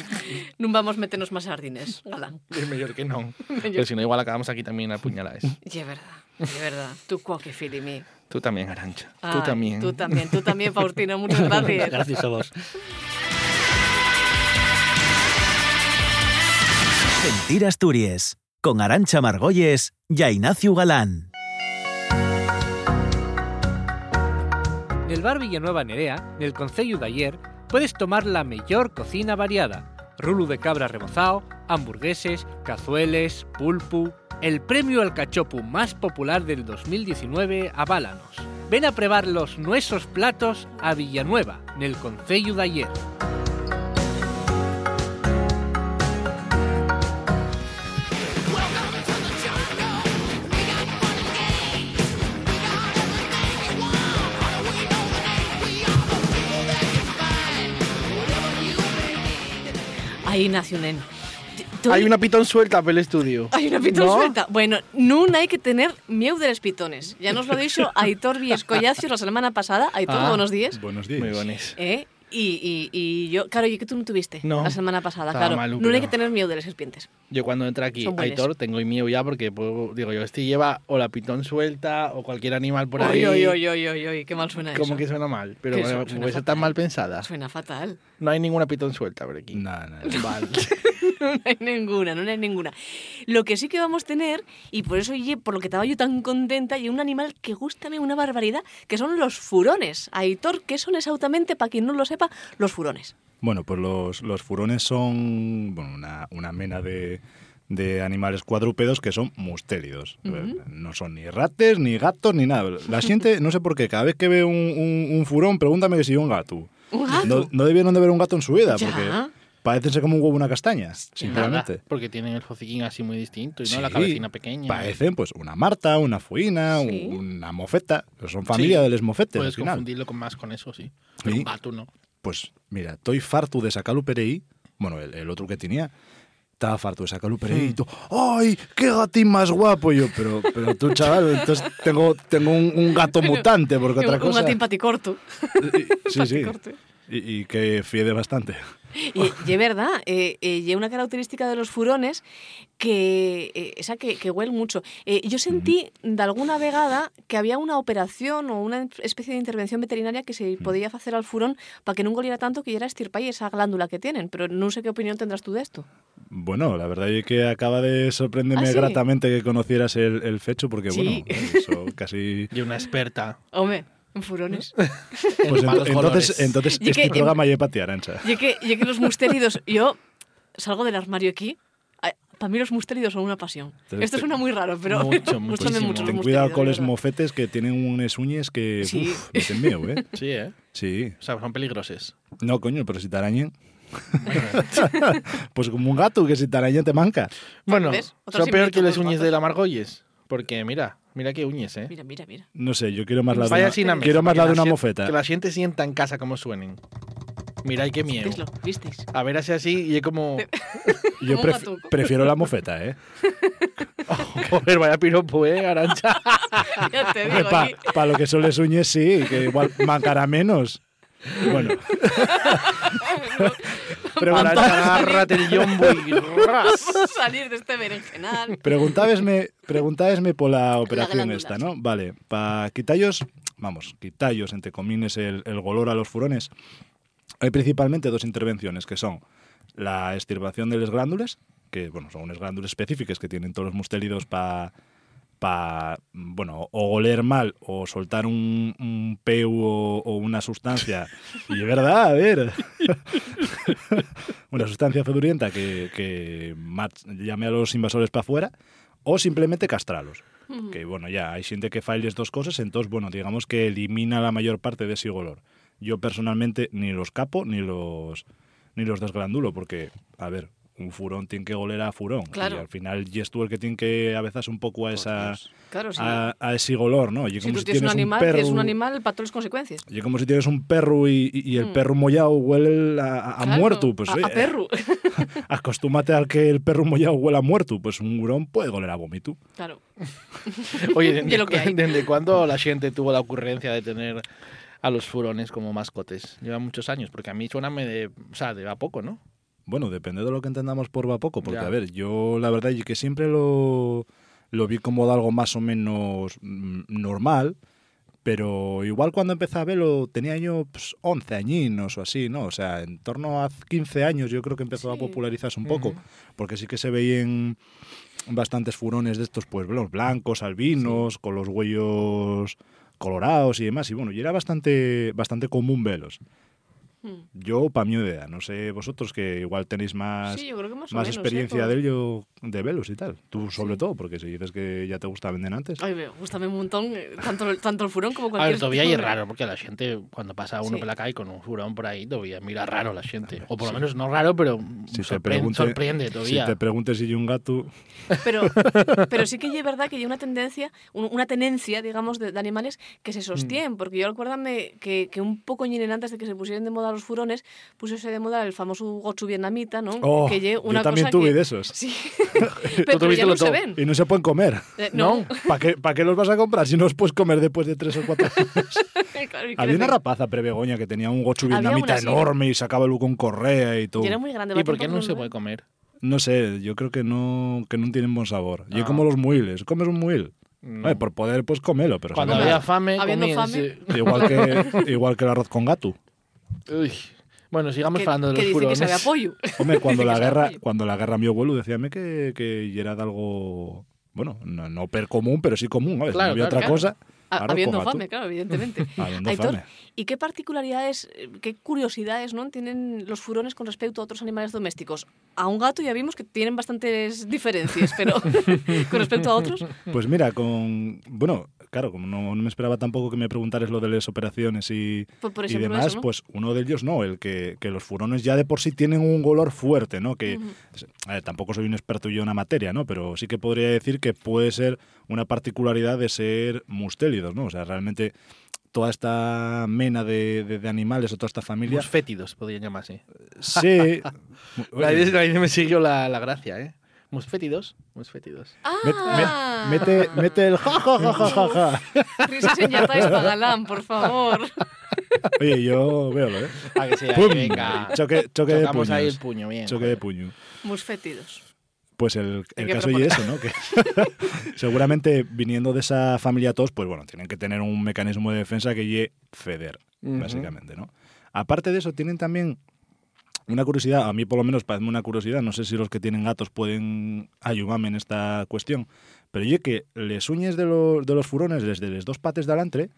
Speaker 1: No vamos a meternos más sardines. Ala.
Speaker 4: Es mejor que no. Pero si no, igual acabamos aquí también a puñaladas.
Speaker 1: Y es verdad, y es verdad. Tú cuoque, Filimi.
Speaker 4: Tú también, Arancha. tú
Speaker 1: Ay,
Speaker 4: también.
Speaker 1: Tú también, tú también, Faustino. Muchas gracias.
Speaker 13: Gracias a vos.
Speaker 11: Sentir Asturias con Arancha Margolles y Ignacio Galán.
Speaker 6: Nel bar Villanueva Nerea, nel Concello d'Ayer, puedes tomar la mellor cocina variada. Rulu de cabra remozao, hamburgueses, cazueles, pulpu... El premio al cachopu más popular del 2019 aválanos. Ven a probar los nuestros platos a Villanueva, nel Concello d'Ayer.
Speaker 1: Ahí nace un neno.
Speaker 14: Hay una pitón suelta pel estudio.
Speaker 1: Hay una pitón
Speaker 14: ¿No?
Speaker 1: suelta. Bueno, nun hai que tener miedo de los pitones. Ya nos lo dicho Aitor Viescollacio la semana pasada. Aitor,
Speaker 14: Ah,
Speaker 1: buenos días.
Speaker 14: Buenos días. Muy buenos.
Speaker 1: ¿Eh? Y, y- y yo, claro, y que tú no tuviste
Speaker 4: No.
Speaker 1: la semana pasada,
Speaker 4: Estaba
Speaker 1: claro.
Speaker 4: maluco,
Speaker 1: no hay
Speaker 4: pero-
Speaker 1: que tener miedo de las serpientes.
Speaker 4: Yo cuando entra aquí
Speaker 1: Son buenas.
Speaker 4: Aitor tengo miedo ya porque puedo- digo yo, este lleva o la pitón suelta o cualquier animal por ahí.
Speaker 1: Oy, oy, oy, oy, oy, oy, qué mal suena
Speaker 4: Como
Speaker 1: eso.
Speaker 4: que suena mal, pero
Speaker 1: Que
Speaker 4: bueno,
Speaker 1: su- suena
Speaker 4: puede ser tan mal pensada.
Speaker 1: Suena fatal.
Speaker 4: No hay ninguna pitón suelta por aquí.
Speaker 14: No,
Speaker 4: Vale.
Speaker 1: no hay ninguna, no hay ninguna. Lo que sí que vamos a tener, y por eso, oye, por lo que estaba yo tan contenta, y un animal que gustame una barbaridad, que son los furones. Aitor, ¿qué son exactamente, para quien no lo sepa, los furones?
Speaker 15: Bueno, pues los, los furones son bueno, una, una mena de, de animales cuadrúpedos que son mustélidos. Eh,
Speaker 1: Ujú.
Speaker 15: No son ni rates, ni gatos, ni nada. La gente, no sé por qué, cada vez que ve un, un- un furón, pregúntame que si yo un gato.
Speaker 1: ¿Un
Speaker 15: No,
Speaker 1: gato?
Speaker 15: no debieron de ver un gato en su vida,
Speaker 4: Ya.
Speaker 15: porque parecense como un huevo y una castaña, sinceramente.
Speaker 4: Nada, porque tienen el hociquín así muy distinto y no
Speaker 15: Sí,
Speaker 4: la cabecina pequeña.
Speaker 15: Parecen pues una marta, una fuina,
Speaker 4: Sí.
Speaker 15: una mofeta. Son familia
Speaker 4: Sí.
Speaker 15: de los mofetes,
Speaker 4: Puedes
Speaker 15: al final.
Speaker 4: confundirlo con más con eso, sí. Pero
Speaker 15: Sí.
Speaker 4: un gato no.
Speaker 15: Pues mira, estoy farto de sacarlo perei, bueno, el, el otro que tenía, estaba farto de sacarlo perei
Speaker 1: Hmm.
Speaker 15: y todo, ¡ay, qué gatín más guapo! Y yo, pero, pero tú, chaval, entonces tengo, tengo un, un gato mutante, porque otra
Speaker 1: Un- Un
Speaker 15: cosa...
Speaker 1: gatín paticorto.
Speaker 15: sí, sí. Y, y que fiede bastante.
Speaker 1: Y, y es verdad, eh, eh, y una característica de los furones que eh, esa que, que huele mucho. Eh, yo sentí de alguna vegada que había una operación o una especie de intervención veterinaria que se podía hacer al furón para que no oliera tanto que ya era estirpar esa glándula que tienen, pero no sé qué opinión tendrás tú de esto.
Speaker 15: Bueno, la verdad es que acaba de sorprenderme
Speaker 1: ¿Ah, sí?
Speaker 15: gratamente que conocieras el, el fecho, porque
Speaker 1: Sí.
Speaker 15: bueno, eso casi...
Speaker 4: Y una experta.
Speaker 1: Hombre, en furones.
Speaker 15: Pues
Speaker 4: En
Speaker 15: ento-
Speaker 4: malos
Speaker 15: entonces,
Speaker 4: colores.
Speaker 15: entonces
Speaker 1: Y que
Speaker 15: este
Speaker 1: en-
Speaker 15: programa lleva para ti, Arancha.
Speaker 1: Y que, y que los mustéridos, yo salgo del armario aquí. Para mí los mustéridos son una pasión.
Speaker 15: Entonces,
Speaker 1: Esto
Speaker 15: te-
Speaker 1: suena muy raro, pero gustan mucho los
Speaker 15: Ten
Speaker 1: mustéridos,
Speaker 15: cuidado
Speaker 1: de
Speaker 15: con los
Speaker 1: verdad.
Speaker 15: mofetes que tienen unes uñes que...
Speaker 1: Sí.
Speaker 15: Uf, meten miedo, ¿eh?
Speaker 4: Sí, ¿eh?
Speaker 15: Sí.
Speaker 4: O sea, son peligroses.
Speaker 15: No, coño, pero si te arañen... pues como un gato que si te araña te manca.
Speaker 4: Bueno,
Speaker 15: ¿Ves? Otro
Speaker 4: son peor
Speaker 15: similito
Speaker 4: que
Speaker 15: con
Speaker 4: los
Speaker 15: los
Speaker 4: uñes de la Margolles. Porque mira, mira qué uñes, ¿eh?
Speaker 1: Mira, mira, mira.
Speaker 15: No sé, yo quiero más la de
Speaker 4: Vaya
Speaker 15: una,
Speaker 4: sin ames,
Speaker 15: quiero más
Speaker 4: que
Speaker 15: la de una
Speaker 4: sien-
Speaker 15: mofeta.
Speaker 4: Que la gente sienta en casa como suenen. Mira, qué miedo.
Speaker 1: Vislo, visteis.
Speaker 4: A ver, hace así y es como...
Speaker 15: Yo
Speaker 4: como un
Speaker 15: pref-
Speaker 4: gatuco.
Speaker 15: prefiero la mofeta, ¿eh?
Speaker 4: Oh, Joder, vaya piropo, ¿eh, Arancha?
Speaker 1: ya te
Speaker 15: Para lo que son les uñes, sí, que igual mancará menos. Bueno. Pregunta-
Speaker 4: Agárrate el yombo y ras.
Speaker 1: Vamos a salir de este berenjenal.
Speaker 15: Preguntábesme, preguntábesme por la
Speaker 1: La
Speaker 15: operación
Speaker 1: glándula,
Speaker 15: esta, ¿no? Vale, para quitallos, vamos, quitallos, entre comines, el, el golor a los furones, hay principalmente dos intervenciones, que son la extirpación de las glándulas, que, bueno, son unas glándulas específicas que tienen todos los mustélidos para, pa, bueno, o oler mal, o soltar un, un peu o, o una sustancia. y es verdad, a ver... una sustancia fedurienta que, que mat- llame a los invasores para afuera o simplemente castralos.
Speaker 16: Ujú.
Speaker 15: Que bueno, ya hay gente que failes dos cosas, entonces bueno, digamos que elimina la mayor parte de ese olor. Yo personalmente ni los capo ni los ni los desglandulo porque a ver, un furón tiene que oler a furón
Speaker 1: Claro.
Speaker 15: y al final y es tú el que tiene que avezas un poco a esa
Speaker 1: Claro, sí.
Speaker 15: a, a ese olor, ¿no? Y
Speaker 1: Si
Speaker 15: como
Speaker 1: tú
Speaker 15: si
Speaker 1: tienes un
Speaker 15: tienes un
Speaker 1: animal, es un
Speaker 15: perro-
Speaker 1: animal para todas las consecuencias.
Speaker 15: yo como si tienes un perro y, y- y el
Speaker 1: Mm.
Speaker 15: perro mollado huele a, a- a
Speaker 1: Claro,
Speaker 15: muerto, pues
Speaker 1: a,
Speaker 15: oye,
Speaker 1: a perro.
Speaker 15: acostúmate al que el perro mollado huela a muerto, pues un hurón puede oler a vómito.
Speaker 1: Claro.
Speaker 4: Oye,
Speaker 1: De lo que hay.
Speaker 4: ¿desde, desde cuándo la gente tuvo la ocurrencia de tener a los furones como mascotes? Lleva muchos años, porque a mí suename de... O sea, de a poco, ¿no?
Speaker 15: Bueno, depende de lo que entendamos por va poco, porque
Speaker 4: Ya.
Speaker 15: a ver, yo la verdad es que siempre lo, lo vi como de algo más o menos mm, normal, pero igual cuando empecé a verlo tenía yo pues, 11 añinos o así, ¿no? O sea, en torno a 15 años yo creo que empezó a popularizarse un poco,
Speaker 16: Ujú.
Speaker 15: porque sí que se veían bastantes furones de estos, pues, los blancos, albinos, con los huellos colorados y demás, y bueno, y era bastante, bastante común verlos. Yo, para mi idea, no sé vosotros que igual tenéis más,
Speaker 1: Sí, yo creo que más o menos, ¿eh?
Speaker 15: experiencia
Speaker 1: Por-
Speaker 15: de ello, de velos y tal. Tú sobre todo, porque si dices que ya te gusta vender antes.
Speaker 1: Ay, me gusta un montón, eh, tanto, tanto el furón como
Speaker 4: A
Speaker 1: cualquier...
Speaker 4: ver, todavía
Speaker 1: tipo
Speaker 4: es
Speaker 1: de-
Speaker 4: raro, porque la gente, cuando pasa
Speaker 1: Sí.
Speaker 4: uno por la calle con un furón por ahí, todavía mira raro la gente. O por lo
Speaker 15: sí.
Speaker 4: menos no raro, pero
Speaker 15: Si
Speaker 4: sorpre-
Speaker 15: pregunte-
Speaker 4: sorprende todavía.
Speaker 15: Si te preguntes si yo un gato,
Speaker 1: Pero, pero sí que es verdad que hay una tendencia, un- una
Speaker 15: Mm.
Speaker 1: tenencia, digamos, de, de animales que se sostienen. Porque yo recuérdame que, que un poco ñinen antes de que se pusieran de moda
Speaker 7: a los furones, púsese de moda el famoso gotsu vietnamita, ¿no?
Speaker 15: Oh,
Speaker 7: que lle- una
Speaker 15: yo también
Speaker 7: cosa
Speaker 15: tuve
Speaker 7: que-
Speaker 15: de esos.
Speaker 7: Sí. Pero ya no se ven.
Speaker 15: Y no se pueden comer.
Speaker 7: Eh, no. No.
Speaker 15: ¿Para qué, pa' qué los vas a comprar si no los puedes comer después de tres o cuatro años?
Speaker 7: Eh, Claro, y
Speaker 15: Había
Speaker 7: crece.
Speaker 15: una rapaza prebegoña que tenía un gochu
Speaker 7: Había
Speaker 15: vietnamita
Speaker 7: una, sí.
Speaker 15: enorme y sacaba luego con correa y todo.
Speaker 7: Y era muy grande.
Speaker 4: ¿Y por qué no se
Speaker 7: puede
Speaker 4: comer?
Speaker 15: No sé, yo creo que no, que no tienen buen sabor. Yo
Speaker 4: Ah.
Speaker 15: como los muiles. ¿Comes un muil?
Speaker 4: No.
Speaker 15: Eh, por poder, pues comelo. Pero
Speaker 4: Cuando
Speaker 15: sabe
Speaker 4: había
Speaker 15: mal.
Speaker 4: fame,
Speaker 7: Habiendo
Speaker 4: comías,
Speaker 7: fame.
Speaker 4: sí.
Speaker 15: Igual que, igual que el arroz con gato.
Speaker 4: Uy. Bueno, sigamos
Speaker 7: Que-
Speaker 4: hablando de
Speaker 7: que
Speaker 4: los
Speaker 7: dicen que
Speaker 4: furones.
Speaker 7: sabe a pollo.
Speaker 15: Hombre, cuando la
Speaker 4: Dicen que sabe a
Speaker 15: guerra,
Speaker 4: pollo.
Speaker 15: cuando la guerra mi abuelo decíame que, que era de algo, bueno, no, no per común, pero sí común, ¿vale? Si
Speaker 7: Claro,
Speaker 15: no Pues, había
Speaker 7: claro,
Speaker 15: otra
Speaker 7: claro.
Speaker 15: cosa.
Speaker 7: Ha-
Speaker 15: claro,
Speaker 7: habiendo
Speaker 15: coma tú.
Speaker 7: fame, claro, evidentemente.
Speaker 15: Habiendo
Speaker 7: Aitor,
Speaker 15: fame.
Speaker 7: ¿y qué particularidades, eh, qué curiosidades ¿no? tienen los furones con respecto a otros animales domésticos? A un gato ya vimos que tienen bastantes diferencias, pero con respecto a otros,
Speaker 15: Pues mira, con, bueno, claro, como no, no me esperaba tampoco que me preguntaras lo de las operaciones y,
Speaker 7: Pues, por
Speaker 15: y
Speaker 7: ejemplo,
Speaker 15: demás,
Speaker 7: eso, ¿no?
Speaker 15: pues uno de ellos no, el que, que los furones ya de por sí tienen un olor fuerte, ¿no? Que
Speaker 7: Ujú.
Speaker 15: a ver, tampoco soy un experto yo en la materia, ¿no? Pero sí que podría decir que puede ser una particularidad de ser mustélidos, ¿no? O sea, realmente toda esta mena de, de- de animales o toda esta familia
Speaker 4: Los fétidos, podrían llamarse.
Speaker 15: Sí.
Speaker 4: La idea- la idea me siguió la, la gracia, ¿eh? Musfétidos, musfétidos.
Speaker 7: Ah,
Speaker 15: Met- met- mete, mete el ja, ja, ja, ja, ja, ja.
Speaker 7: risas en yatais para Galán, por favor.
Speaker 15: Oye, yo veo, ¿eh?
Speaker 4: A Ah, que sí, a que
Speaker 15: ¡Pum!
Speaker 4: venga.
Speaker 15: Choque, choque de
Speaker 4: Chocamos
Speaker 15: puños.
Speaker 4: ahí el puño, bien,
Speaker 15: Choque de puño.
Speaker 7: Musfétidos.
Speaker 15: Pues el,
Speaker 7: Hay
Speaker 15: el
Speaker 7: que
Speaker 15: caso y eso, ¿no?
Speaker 7: proponer.
Speaker 15: Que seguramente viniendo de esa familia todos, pues bueno, tienen que tener un mecanismo de defensa que lleve ceder,
Speaker 12: Ujú.
Speaker 15: básicamente, ¿no? Aparte de eso, tienen también una curiosidad, a mí por lo menos parece una curiosidad, no sé si los que tienen gatos pueden ayudarme en esta cuestión, pero yo que les uñes de, los de los furones desde las dos pates de adelante,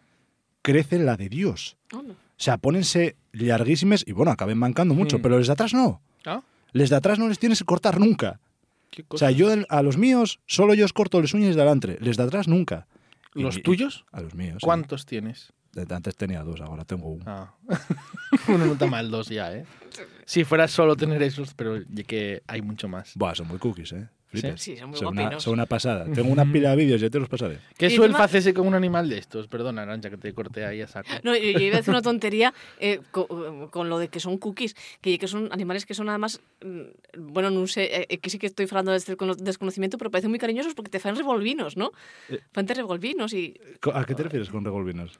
Speaker 15: crece la de Dios. O sea, pónense larguísimes y bueno, acaben mancando mucho,
Speaker 4: Mm.
Speaker 15: pero les de atrás no.
Speaker 4: Ah,
Speaker 15: Les de atrás no les tienes que cortar nunca. O sea, yo el- a los míos, solo yo os corto los uñas de delante, les de atrás nunca.
Speaker 4: ¿Los
Speaker 15: Y-
Speaker 4: tuyos?
Speaker 15: A los míos. sí.
Speaker 4: ¿Cuántos tienes? Ah.
Speaker 15: De- Antes tenía dos, ahora tengo uno.
Speaker 4: Uno no está mal, dos ya, ¿eh? Si fuera solo tener esos, pero ya que hay mucho más.
Speaker 15: Buah, son muy cookies, ¿eh? Flipes.
Speaker 4: Sí, son muy
Speaker 15: una,
Speaker 4: guapinos.
Speaker 15: son una pasada. Tengo una pila de vídeos, ya te los pasaré.
Speaker 4: ¿Qué
Speaker 7: Y
Speaker 4: suelfa
Speaker 7: encima-
Speaker 4: hacerse con un animal de estos? Perdona, Arancha, que te corté ahí a saco.
Speaker 7: No, yo, yo iba a decir una tontería eh, co- eh, con, lo de que son cookies, que, que son animales que son además, mm, bueno, no sé, eh, eh, que sí que estoy hablando de este cono- desconocimiento, pero parecen muy cariñosos porque te fan revolvinos, ¿no?
Speaker 15: Eh.
Speaker 7: Fan de revolvinos y...
Speaker 15: Co- ¿A qué te refieres con revolvinos?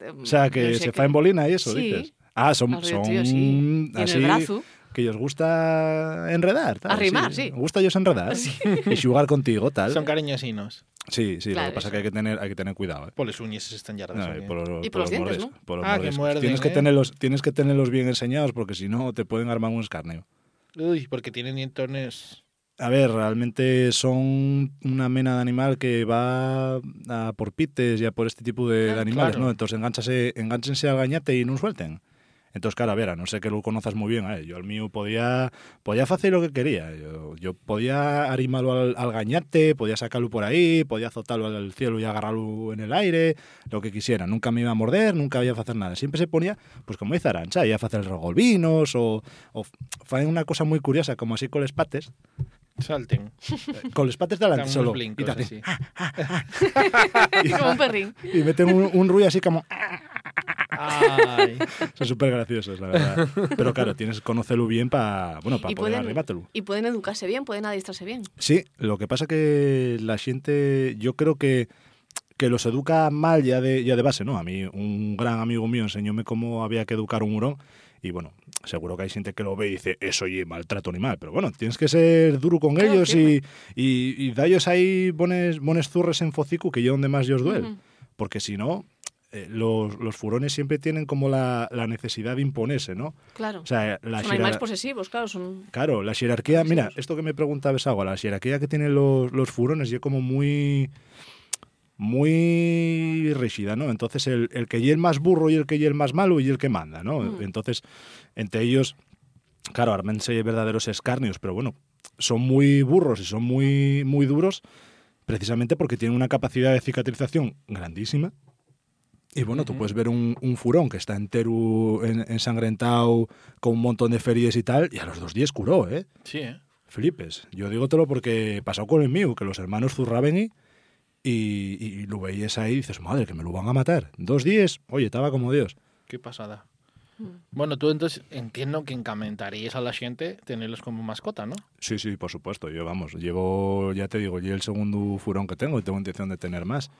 Speaker 7: eh,
Speaker 15: O sea, que
Speaker 7: no sé
Speaker 15: se
Speaker 7: qué-
Speaker 15: fa en bolina y eso,
Speaker 7: Sí.
Speaker 15: dices. Ah, son,
Speaker 7: Arriba,
Speaker 15: son
Speaker 7: tío, sí. Y en el
Speaker 15: así
Speaker 7: brazo.
Speaker 15: que ellos gusta enredar. Tal,
Speaker 7: Arrimar, sí.
Speaker 15: Gusta ellos enredar
Speaker 7: Sí.
Speaker 15: y jugar contigo, tal.
Speaker 4: Son cariñosinos.
Speaker 15: Sí, sí,
Speaker 4: Claro,
Speaker 15: lo que pasa es que hay que tener, hay que tener cuidado. ¿eh?
Speaker 4: Por las uñas están yardas.
Speaker 15: No, y por los,
Speaker 4: Y por los dientes,
Speaker 15: mordiscos,
Speaker 4: ¿no?
Speaker 15: por los
Speaker 4: Ah, que
Speaker 15: mordiscos.
Speaker 4: muerden,
Speaker 15: tienes, que
Speaker 4: ¿eh?
Speaker 15: tenerlos, tienes que tenerlos bien enseñados porque si no te pueden armar un escarnio.
Speaker 4: Uy, porque tienen entornos...
Speaker 15: A ver, realmente son una mena de animal que va a por pites y a por este tipo de, de animales,
Speaker 4: claro.
Speaker 15: ¿no? Entonces enganchanse, enganchense al gañate y no suelten. Entonces, claro, a ver, a no ser que lo conozcas muy bien, ¿eh? yo al mío podía, podía hacer lo que quería. Yo, yo podía arrimarlo al, al gañate, podía sacarlo por ahí, podía azotarlo al cielo y agarrarlo en el aire, lo que quisiera. Nunca me iba a morder, nunca iba a hacer nada. Siempre se ponía, pues como dice Arancha, iba a hacer regolvinos o, o fue una cosa muy curiosa, como así con los pates,
Speaker 4: Salten.
Speaker 15: con los pates de adelante
Speaker 4: Dan
Speaker 15: solo.
Speaker 4: unos blincos,
Speaker 15: y te hacen,
Speaker 4: así.
Speaker 7: Como un perrín.
Speaker 15: y meten un, un ruido así como.
Speaker 4: Ay.
Speaker 15: Son súper graciosos, la verdad. Pero claro, tienes que conocerlo bien para bueno, pa
Speaker 7: Y
Speaker 15: poder
Speaker 7: pueden,
Speaker 15: arrebatelo.
Speaker 7: y pueden educarse bien, pueden adiestrarse bien.
Speaker 15: Sí, lo que pasa que la gente, yo creo que, que los educa mal ya de, ya de base, ¿no? A mí, un gran amigo mío enseñóme cómo había que educar un hurón. Y bueno, seguro que hay gente que lo ve y dice, eso y maltrato animal. Pero bueno, tienes que ser duro con
Speaker 12: Claro,
Speaker 15: ellos
Speaker 12: firme.
Speaker 15: y, y, y da ellos ahí, pones, pones zurres en focico, que yo donde más yo os duele.
Speaker 12: Ujú.
Speaker 15: Porque si no, eh, los, los furones siempre tienen como la, la necesidad de imponerse, ¿no?
Speaker 7: Claro.
Speaker 15: O sea, la
Speaker 7: son
Speaker 15: hiera-
Speaker 7: animales posesivos, claro, son...
Speaker 15: Claro, la jerarquía, mira, esto que me preguntabas agua, la jerarquía que tienen los, los furones, yo como muy muy rígida, ¿no? Entonces el, el que y el más burro y el que y el más malo y el que manda, ¿no?
Speaker 12: Mm.
Speaker 15: Entonces, entre ellos, claro, armense verdaderos escarnios, pero bueno, son muy burros y son muy, muy duros precisamente porque tienen una capacidad de cicatrización grandísima. Y bueno, tú puedes ver un, un furón que está entero en- ensangrentado con un montón de ferias y tal, y a los dos días curó, ¿eh?
Speaker 4: Sí, ¿eh?
Speaker 15: Flipes. Yo dígotelo porque pasó con el mío, que los hermanos zurraban y, y, y lo veías ahí y dices, madre, que me lo van a matar. Dos días, oye, estaba como Dios.
Speaker 4: Qué pasada.
Speaker 1: Mm.
Speaker 4: Bueno, tú entonces entiendo que encamentarías a la gente tenerlos como mascota, ¿no?
Speaker 15: Sí, sí, por supuesto. Yo, vamos, llevo, ya te digo, ya el segundo furón que tengo y tengo intención de tener más.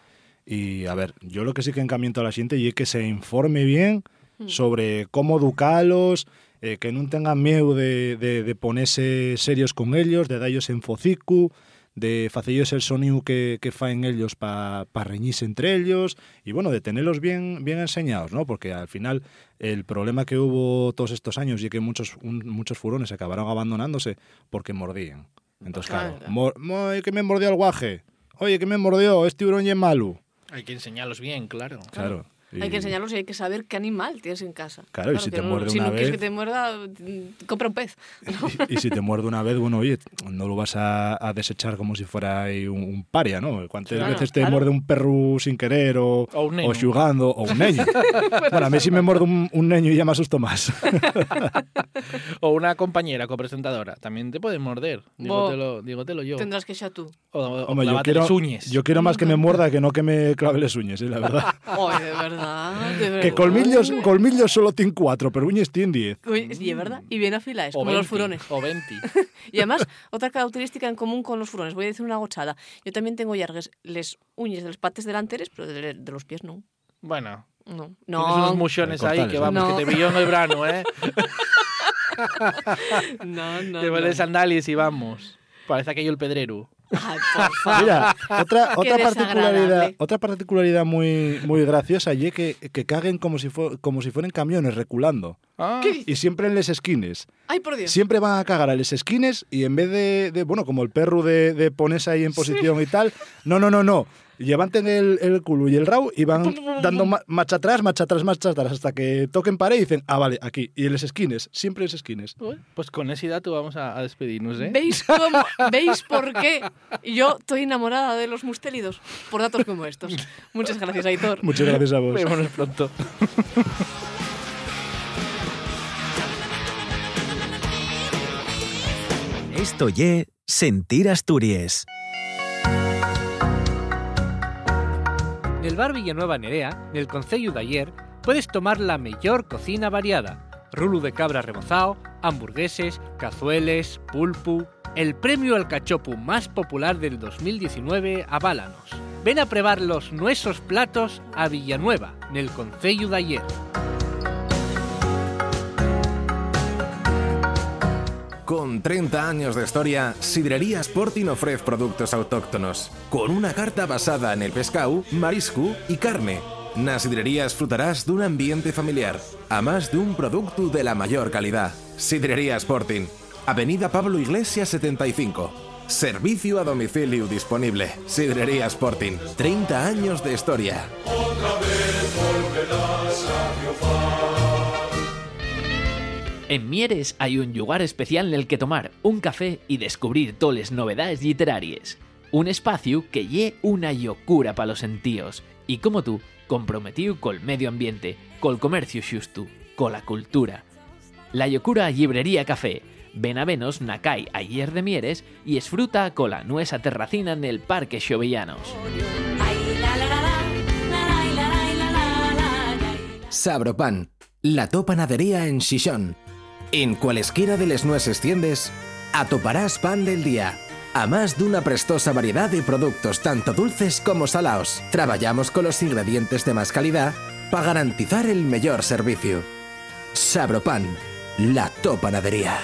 Speaker 15: Y a ver, yo lo que sí que encamiento a la gente y es que se informe bien
Speaker 16: Mm.
Speaker 15: sobre cómo educarlos, eh, que no tengan miedo de, de, de ponerse serios con ellos, de darlos en focicu, de facerles el sonido que, que faen ellos para reñirse entre ellos y bueno, de tenerlos bien, bien enseñados, ¿no? Porque al final el problema que hubo todos estos años y que muchos, un- muchos furones acabaron abandonándose porque mordían. Entonces, claro,
Speaker 4: Anda.
Speaker 15: mor- mo- que me mordió el guaje. Oye, que me mordió, este hurón y es malo.
Speaker 4: Hay que enseñarlos bien, claro.
Speaker 15: Claro.
Speaker 1: Hay que
Speaker 15: Y-
Speaker 1: enseñarlos y hay que saber qué animal tienes en casa.
Speaker 15: Claro, y si
Speaker 1: que
Speaker 15: te
Speaker 1: no-
Speaker 15: muerde
Speaker 1: si
Speaker 15: una
Speaker 1: no quieres
Speaker 15: vez-
Speaker 1: que te muerda, mm, compra un pez. ¿no?
Speaker 15: y si te muerde una vez, bueno, oye, no lo vas a, a desechar como si fuera ahí un, un paria, ¿no? ¿Cuántas
Speaker 4: Claro,
Speaker 15: veces te
Speaker 4: claro.
Speaker 15: muerde un perro sin querer o,
Speaker 4: O un neno.
Speaker 15: o xugando o un niño? bueno, a mí sí me muerde un, un niño y ya me asusto más.
Speaker 4: O una compañera copresentadora también te puede morder. Dígotelo, dígotelo yo.
Speaker 1: Tendrás que echar tú.
Speaker 4: O, o
Speaker 15: Hombre, yo
Speaker 4: clávate
Speaker 15: quiero,
Speaker 4: los uñes.
Speaker 15: yo quiero más que me muerda que no que me clave les uñes, ¿eh? la verdad.
Speaker 1: Ay, de verdad, de verdad.
Speaker 15: que colmillos, colmillos solo tienen cuatro, pero uñes tienen diez.
Speaker 1: Oye, sí, es verdad. Y bien afilados,
Speaker 15: O
Speaker 1: como
Speaker 15: 20,
Speaker 1: los furones.
Speaker 4: Mm. O 20.
Speaker 1: y además, otra característica en común con los furones. Voy a decir una gochada. Yo también tengo yargues, les uñes de las partes delanteras, pero de, de los pies no.
Speaker 4: Bueno.
Speaker 1: No.
Speaker 4: Tienes
Speaker 1: No.
Speaker 4: unos muchones
Speaker 1: Hay
Speaker 4: ahí
Speaker 1: cortales,
Speaker 4: que
Speaker 1: ¿no?
Speaker 4: vamos,
Speaker 1: No.
Speaker 4: que te brilló en el brano, ¿eh?
Speaker 1: No, no.
Speaker 4: Te
Speaker 1: no.
Speaker 4: vale sandalias y vamos. Parece aquello el pedrero.
Speaker 1: Ay, por favor.
Speaker 15: Mira, otra,
Speaker 1: Qué
Speaker 15: otra particularidad,
Speaker 1: desagradable.
Speaker 15: otra particularidad muy, muy graciosa y es que, que caguen como si, fue- como si fueran camiones reculando.
Speaker 1: ¿Qué dices?
Speaker 15: Y siempre en las esquines.
Speaker 1: Ay, por Dios.
Speaker 15: Siempre van a cagar a las esquines y en vez de, de, bueno, como el perro de, de ponerse ahí en posición y tal, no, no, no, no. Levanten el, el culo y el rau y van dando ma- marcha atrás, marcha atrás, marcha atrás, hasta que toquen pared y dicen, ah, vale, aquí. Y en las esquines, siempre en las esquines.
Speaker 4: Pues con ese dato vamos a, a despedirnos, ¿eh?
Speaker 1: ¿Veis cómo? ¿Veis por qué? Yo estoy enamorada de los mustélidos por datos como estos. Muchas gracias, Aitor.
Speaker 15: Muchas gracias a vos.
Speaker 4: Vémonos pronto.
Speaker 11: Esto ye Sentir Asturias.
Speaker 6: Nel bar Villanueva Nerea, nel Concello de ayer, puedes tomar la mejor cocina variada. Rulu de cabra remozao, hamburgueses, cazueles, pulpu... El premio al cachopu más popular del 2019 aválanos. Ven a probar los nuestros platos a Villanueva, nel Concello de ayer.
Speaker 12: Con 30 años de historia, Sidrerías Portin ofrece productos autóctonos, con una carta basada en el pescado, marisco y carne. Nas sidrerías frutarás un ambiente familiar, a más de un producto de la mayor calidad. Sidrerías Portin, Avenida Pablo Iglesias 75. Servicio a domicilio disponible. Sidrerías Portin, 30 años de historia.
Speaker 8: En Mieres hay un lugar especial en el que tomar un café y descubrir toles novedades literarias. Un espacio que lle una locura para los sentíos y como tú, comprometido col medio ambiente, col comercio xusto, con la cultura. La locura Librería Café. Ven a venos na cai ayer de Mieres y esfruta con la nuesa terracina en el Parque Xovellanos.
Speaker 12: Sabropan, la topanadería en Xixón. En cualesquiera de las nueces tiendes, atoparás pan del día. A más de una prestosa variedad de productos tanto dulces como salados. Trabajamos con los ingredientes de más calidad para garantizar el mejor servicio. Sabropan, la topanadería.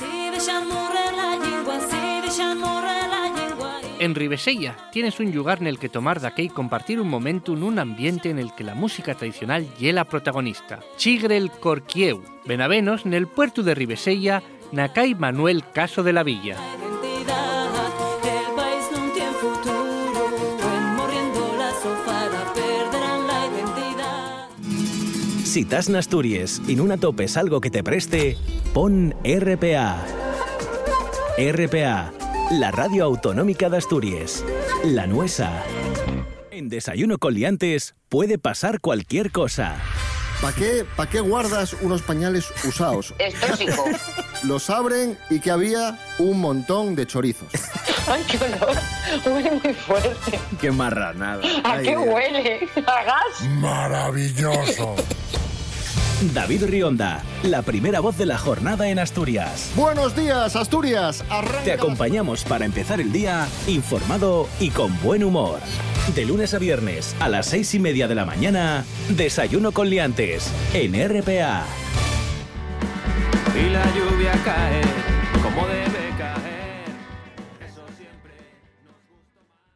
Speaker 10: Se deixan morrer la llengua, se deixan morrer la llengua.
Speaker 6: En Ribesella tienes un lugar en el que tomar daqué y compartir un momento en un ambiente en el que la música tradicional ye la protagonista. Chigre el Corquieu, Benavenos, en el puerto de Ribesella, Nakai Manuel Caso de la Villa.
Speaker 10: El país non tien futuro, en morriendo la sofada perderán la identidad.
Speaker 11: Si estás en Asturias y no topes algo que te preste, pon RPA. RPA, la radio autonómica de Asturias. La nuesa. En Desayuno con Liantes puede pasar cualquier cosa.
Speaker 17: ¿Para qué, pa qué guardas unos pañales usados?
Speaker 18: Es tóxico.
Speaker 17: Los abren y que había un montón de chorizos.
Speaker 18: Ay, qué olor. Huele muy fuerte.
Speaker 17: Qué
Speaker 5: Ah,
Speaker 17: marranada.
Speaker 18: ¿A qué huele? ¿A gas?
Speaker 17: Maravilloso.
Speaker 11: David Rionda, la primera voz de la jornada en Asturias.
Speaker 17: Buenos días, Asturias. Arranca
Speaker 11: Te acompañamos para empezar el día informado y con buen humor. De lunes a viernes a las seis y media de la mañana, Desayuno con Liantes en RPA.
Speaker 16: Y la lluvia cae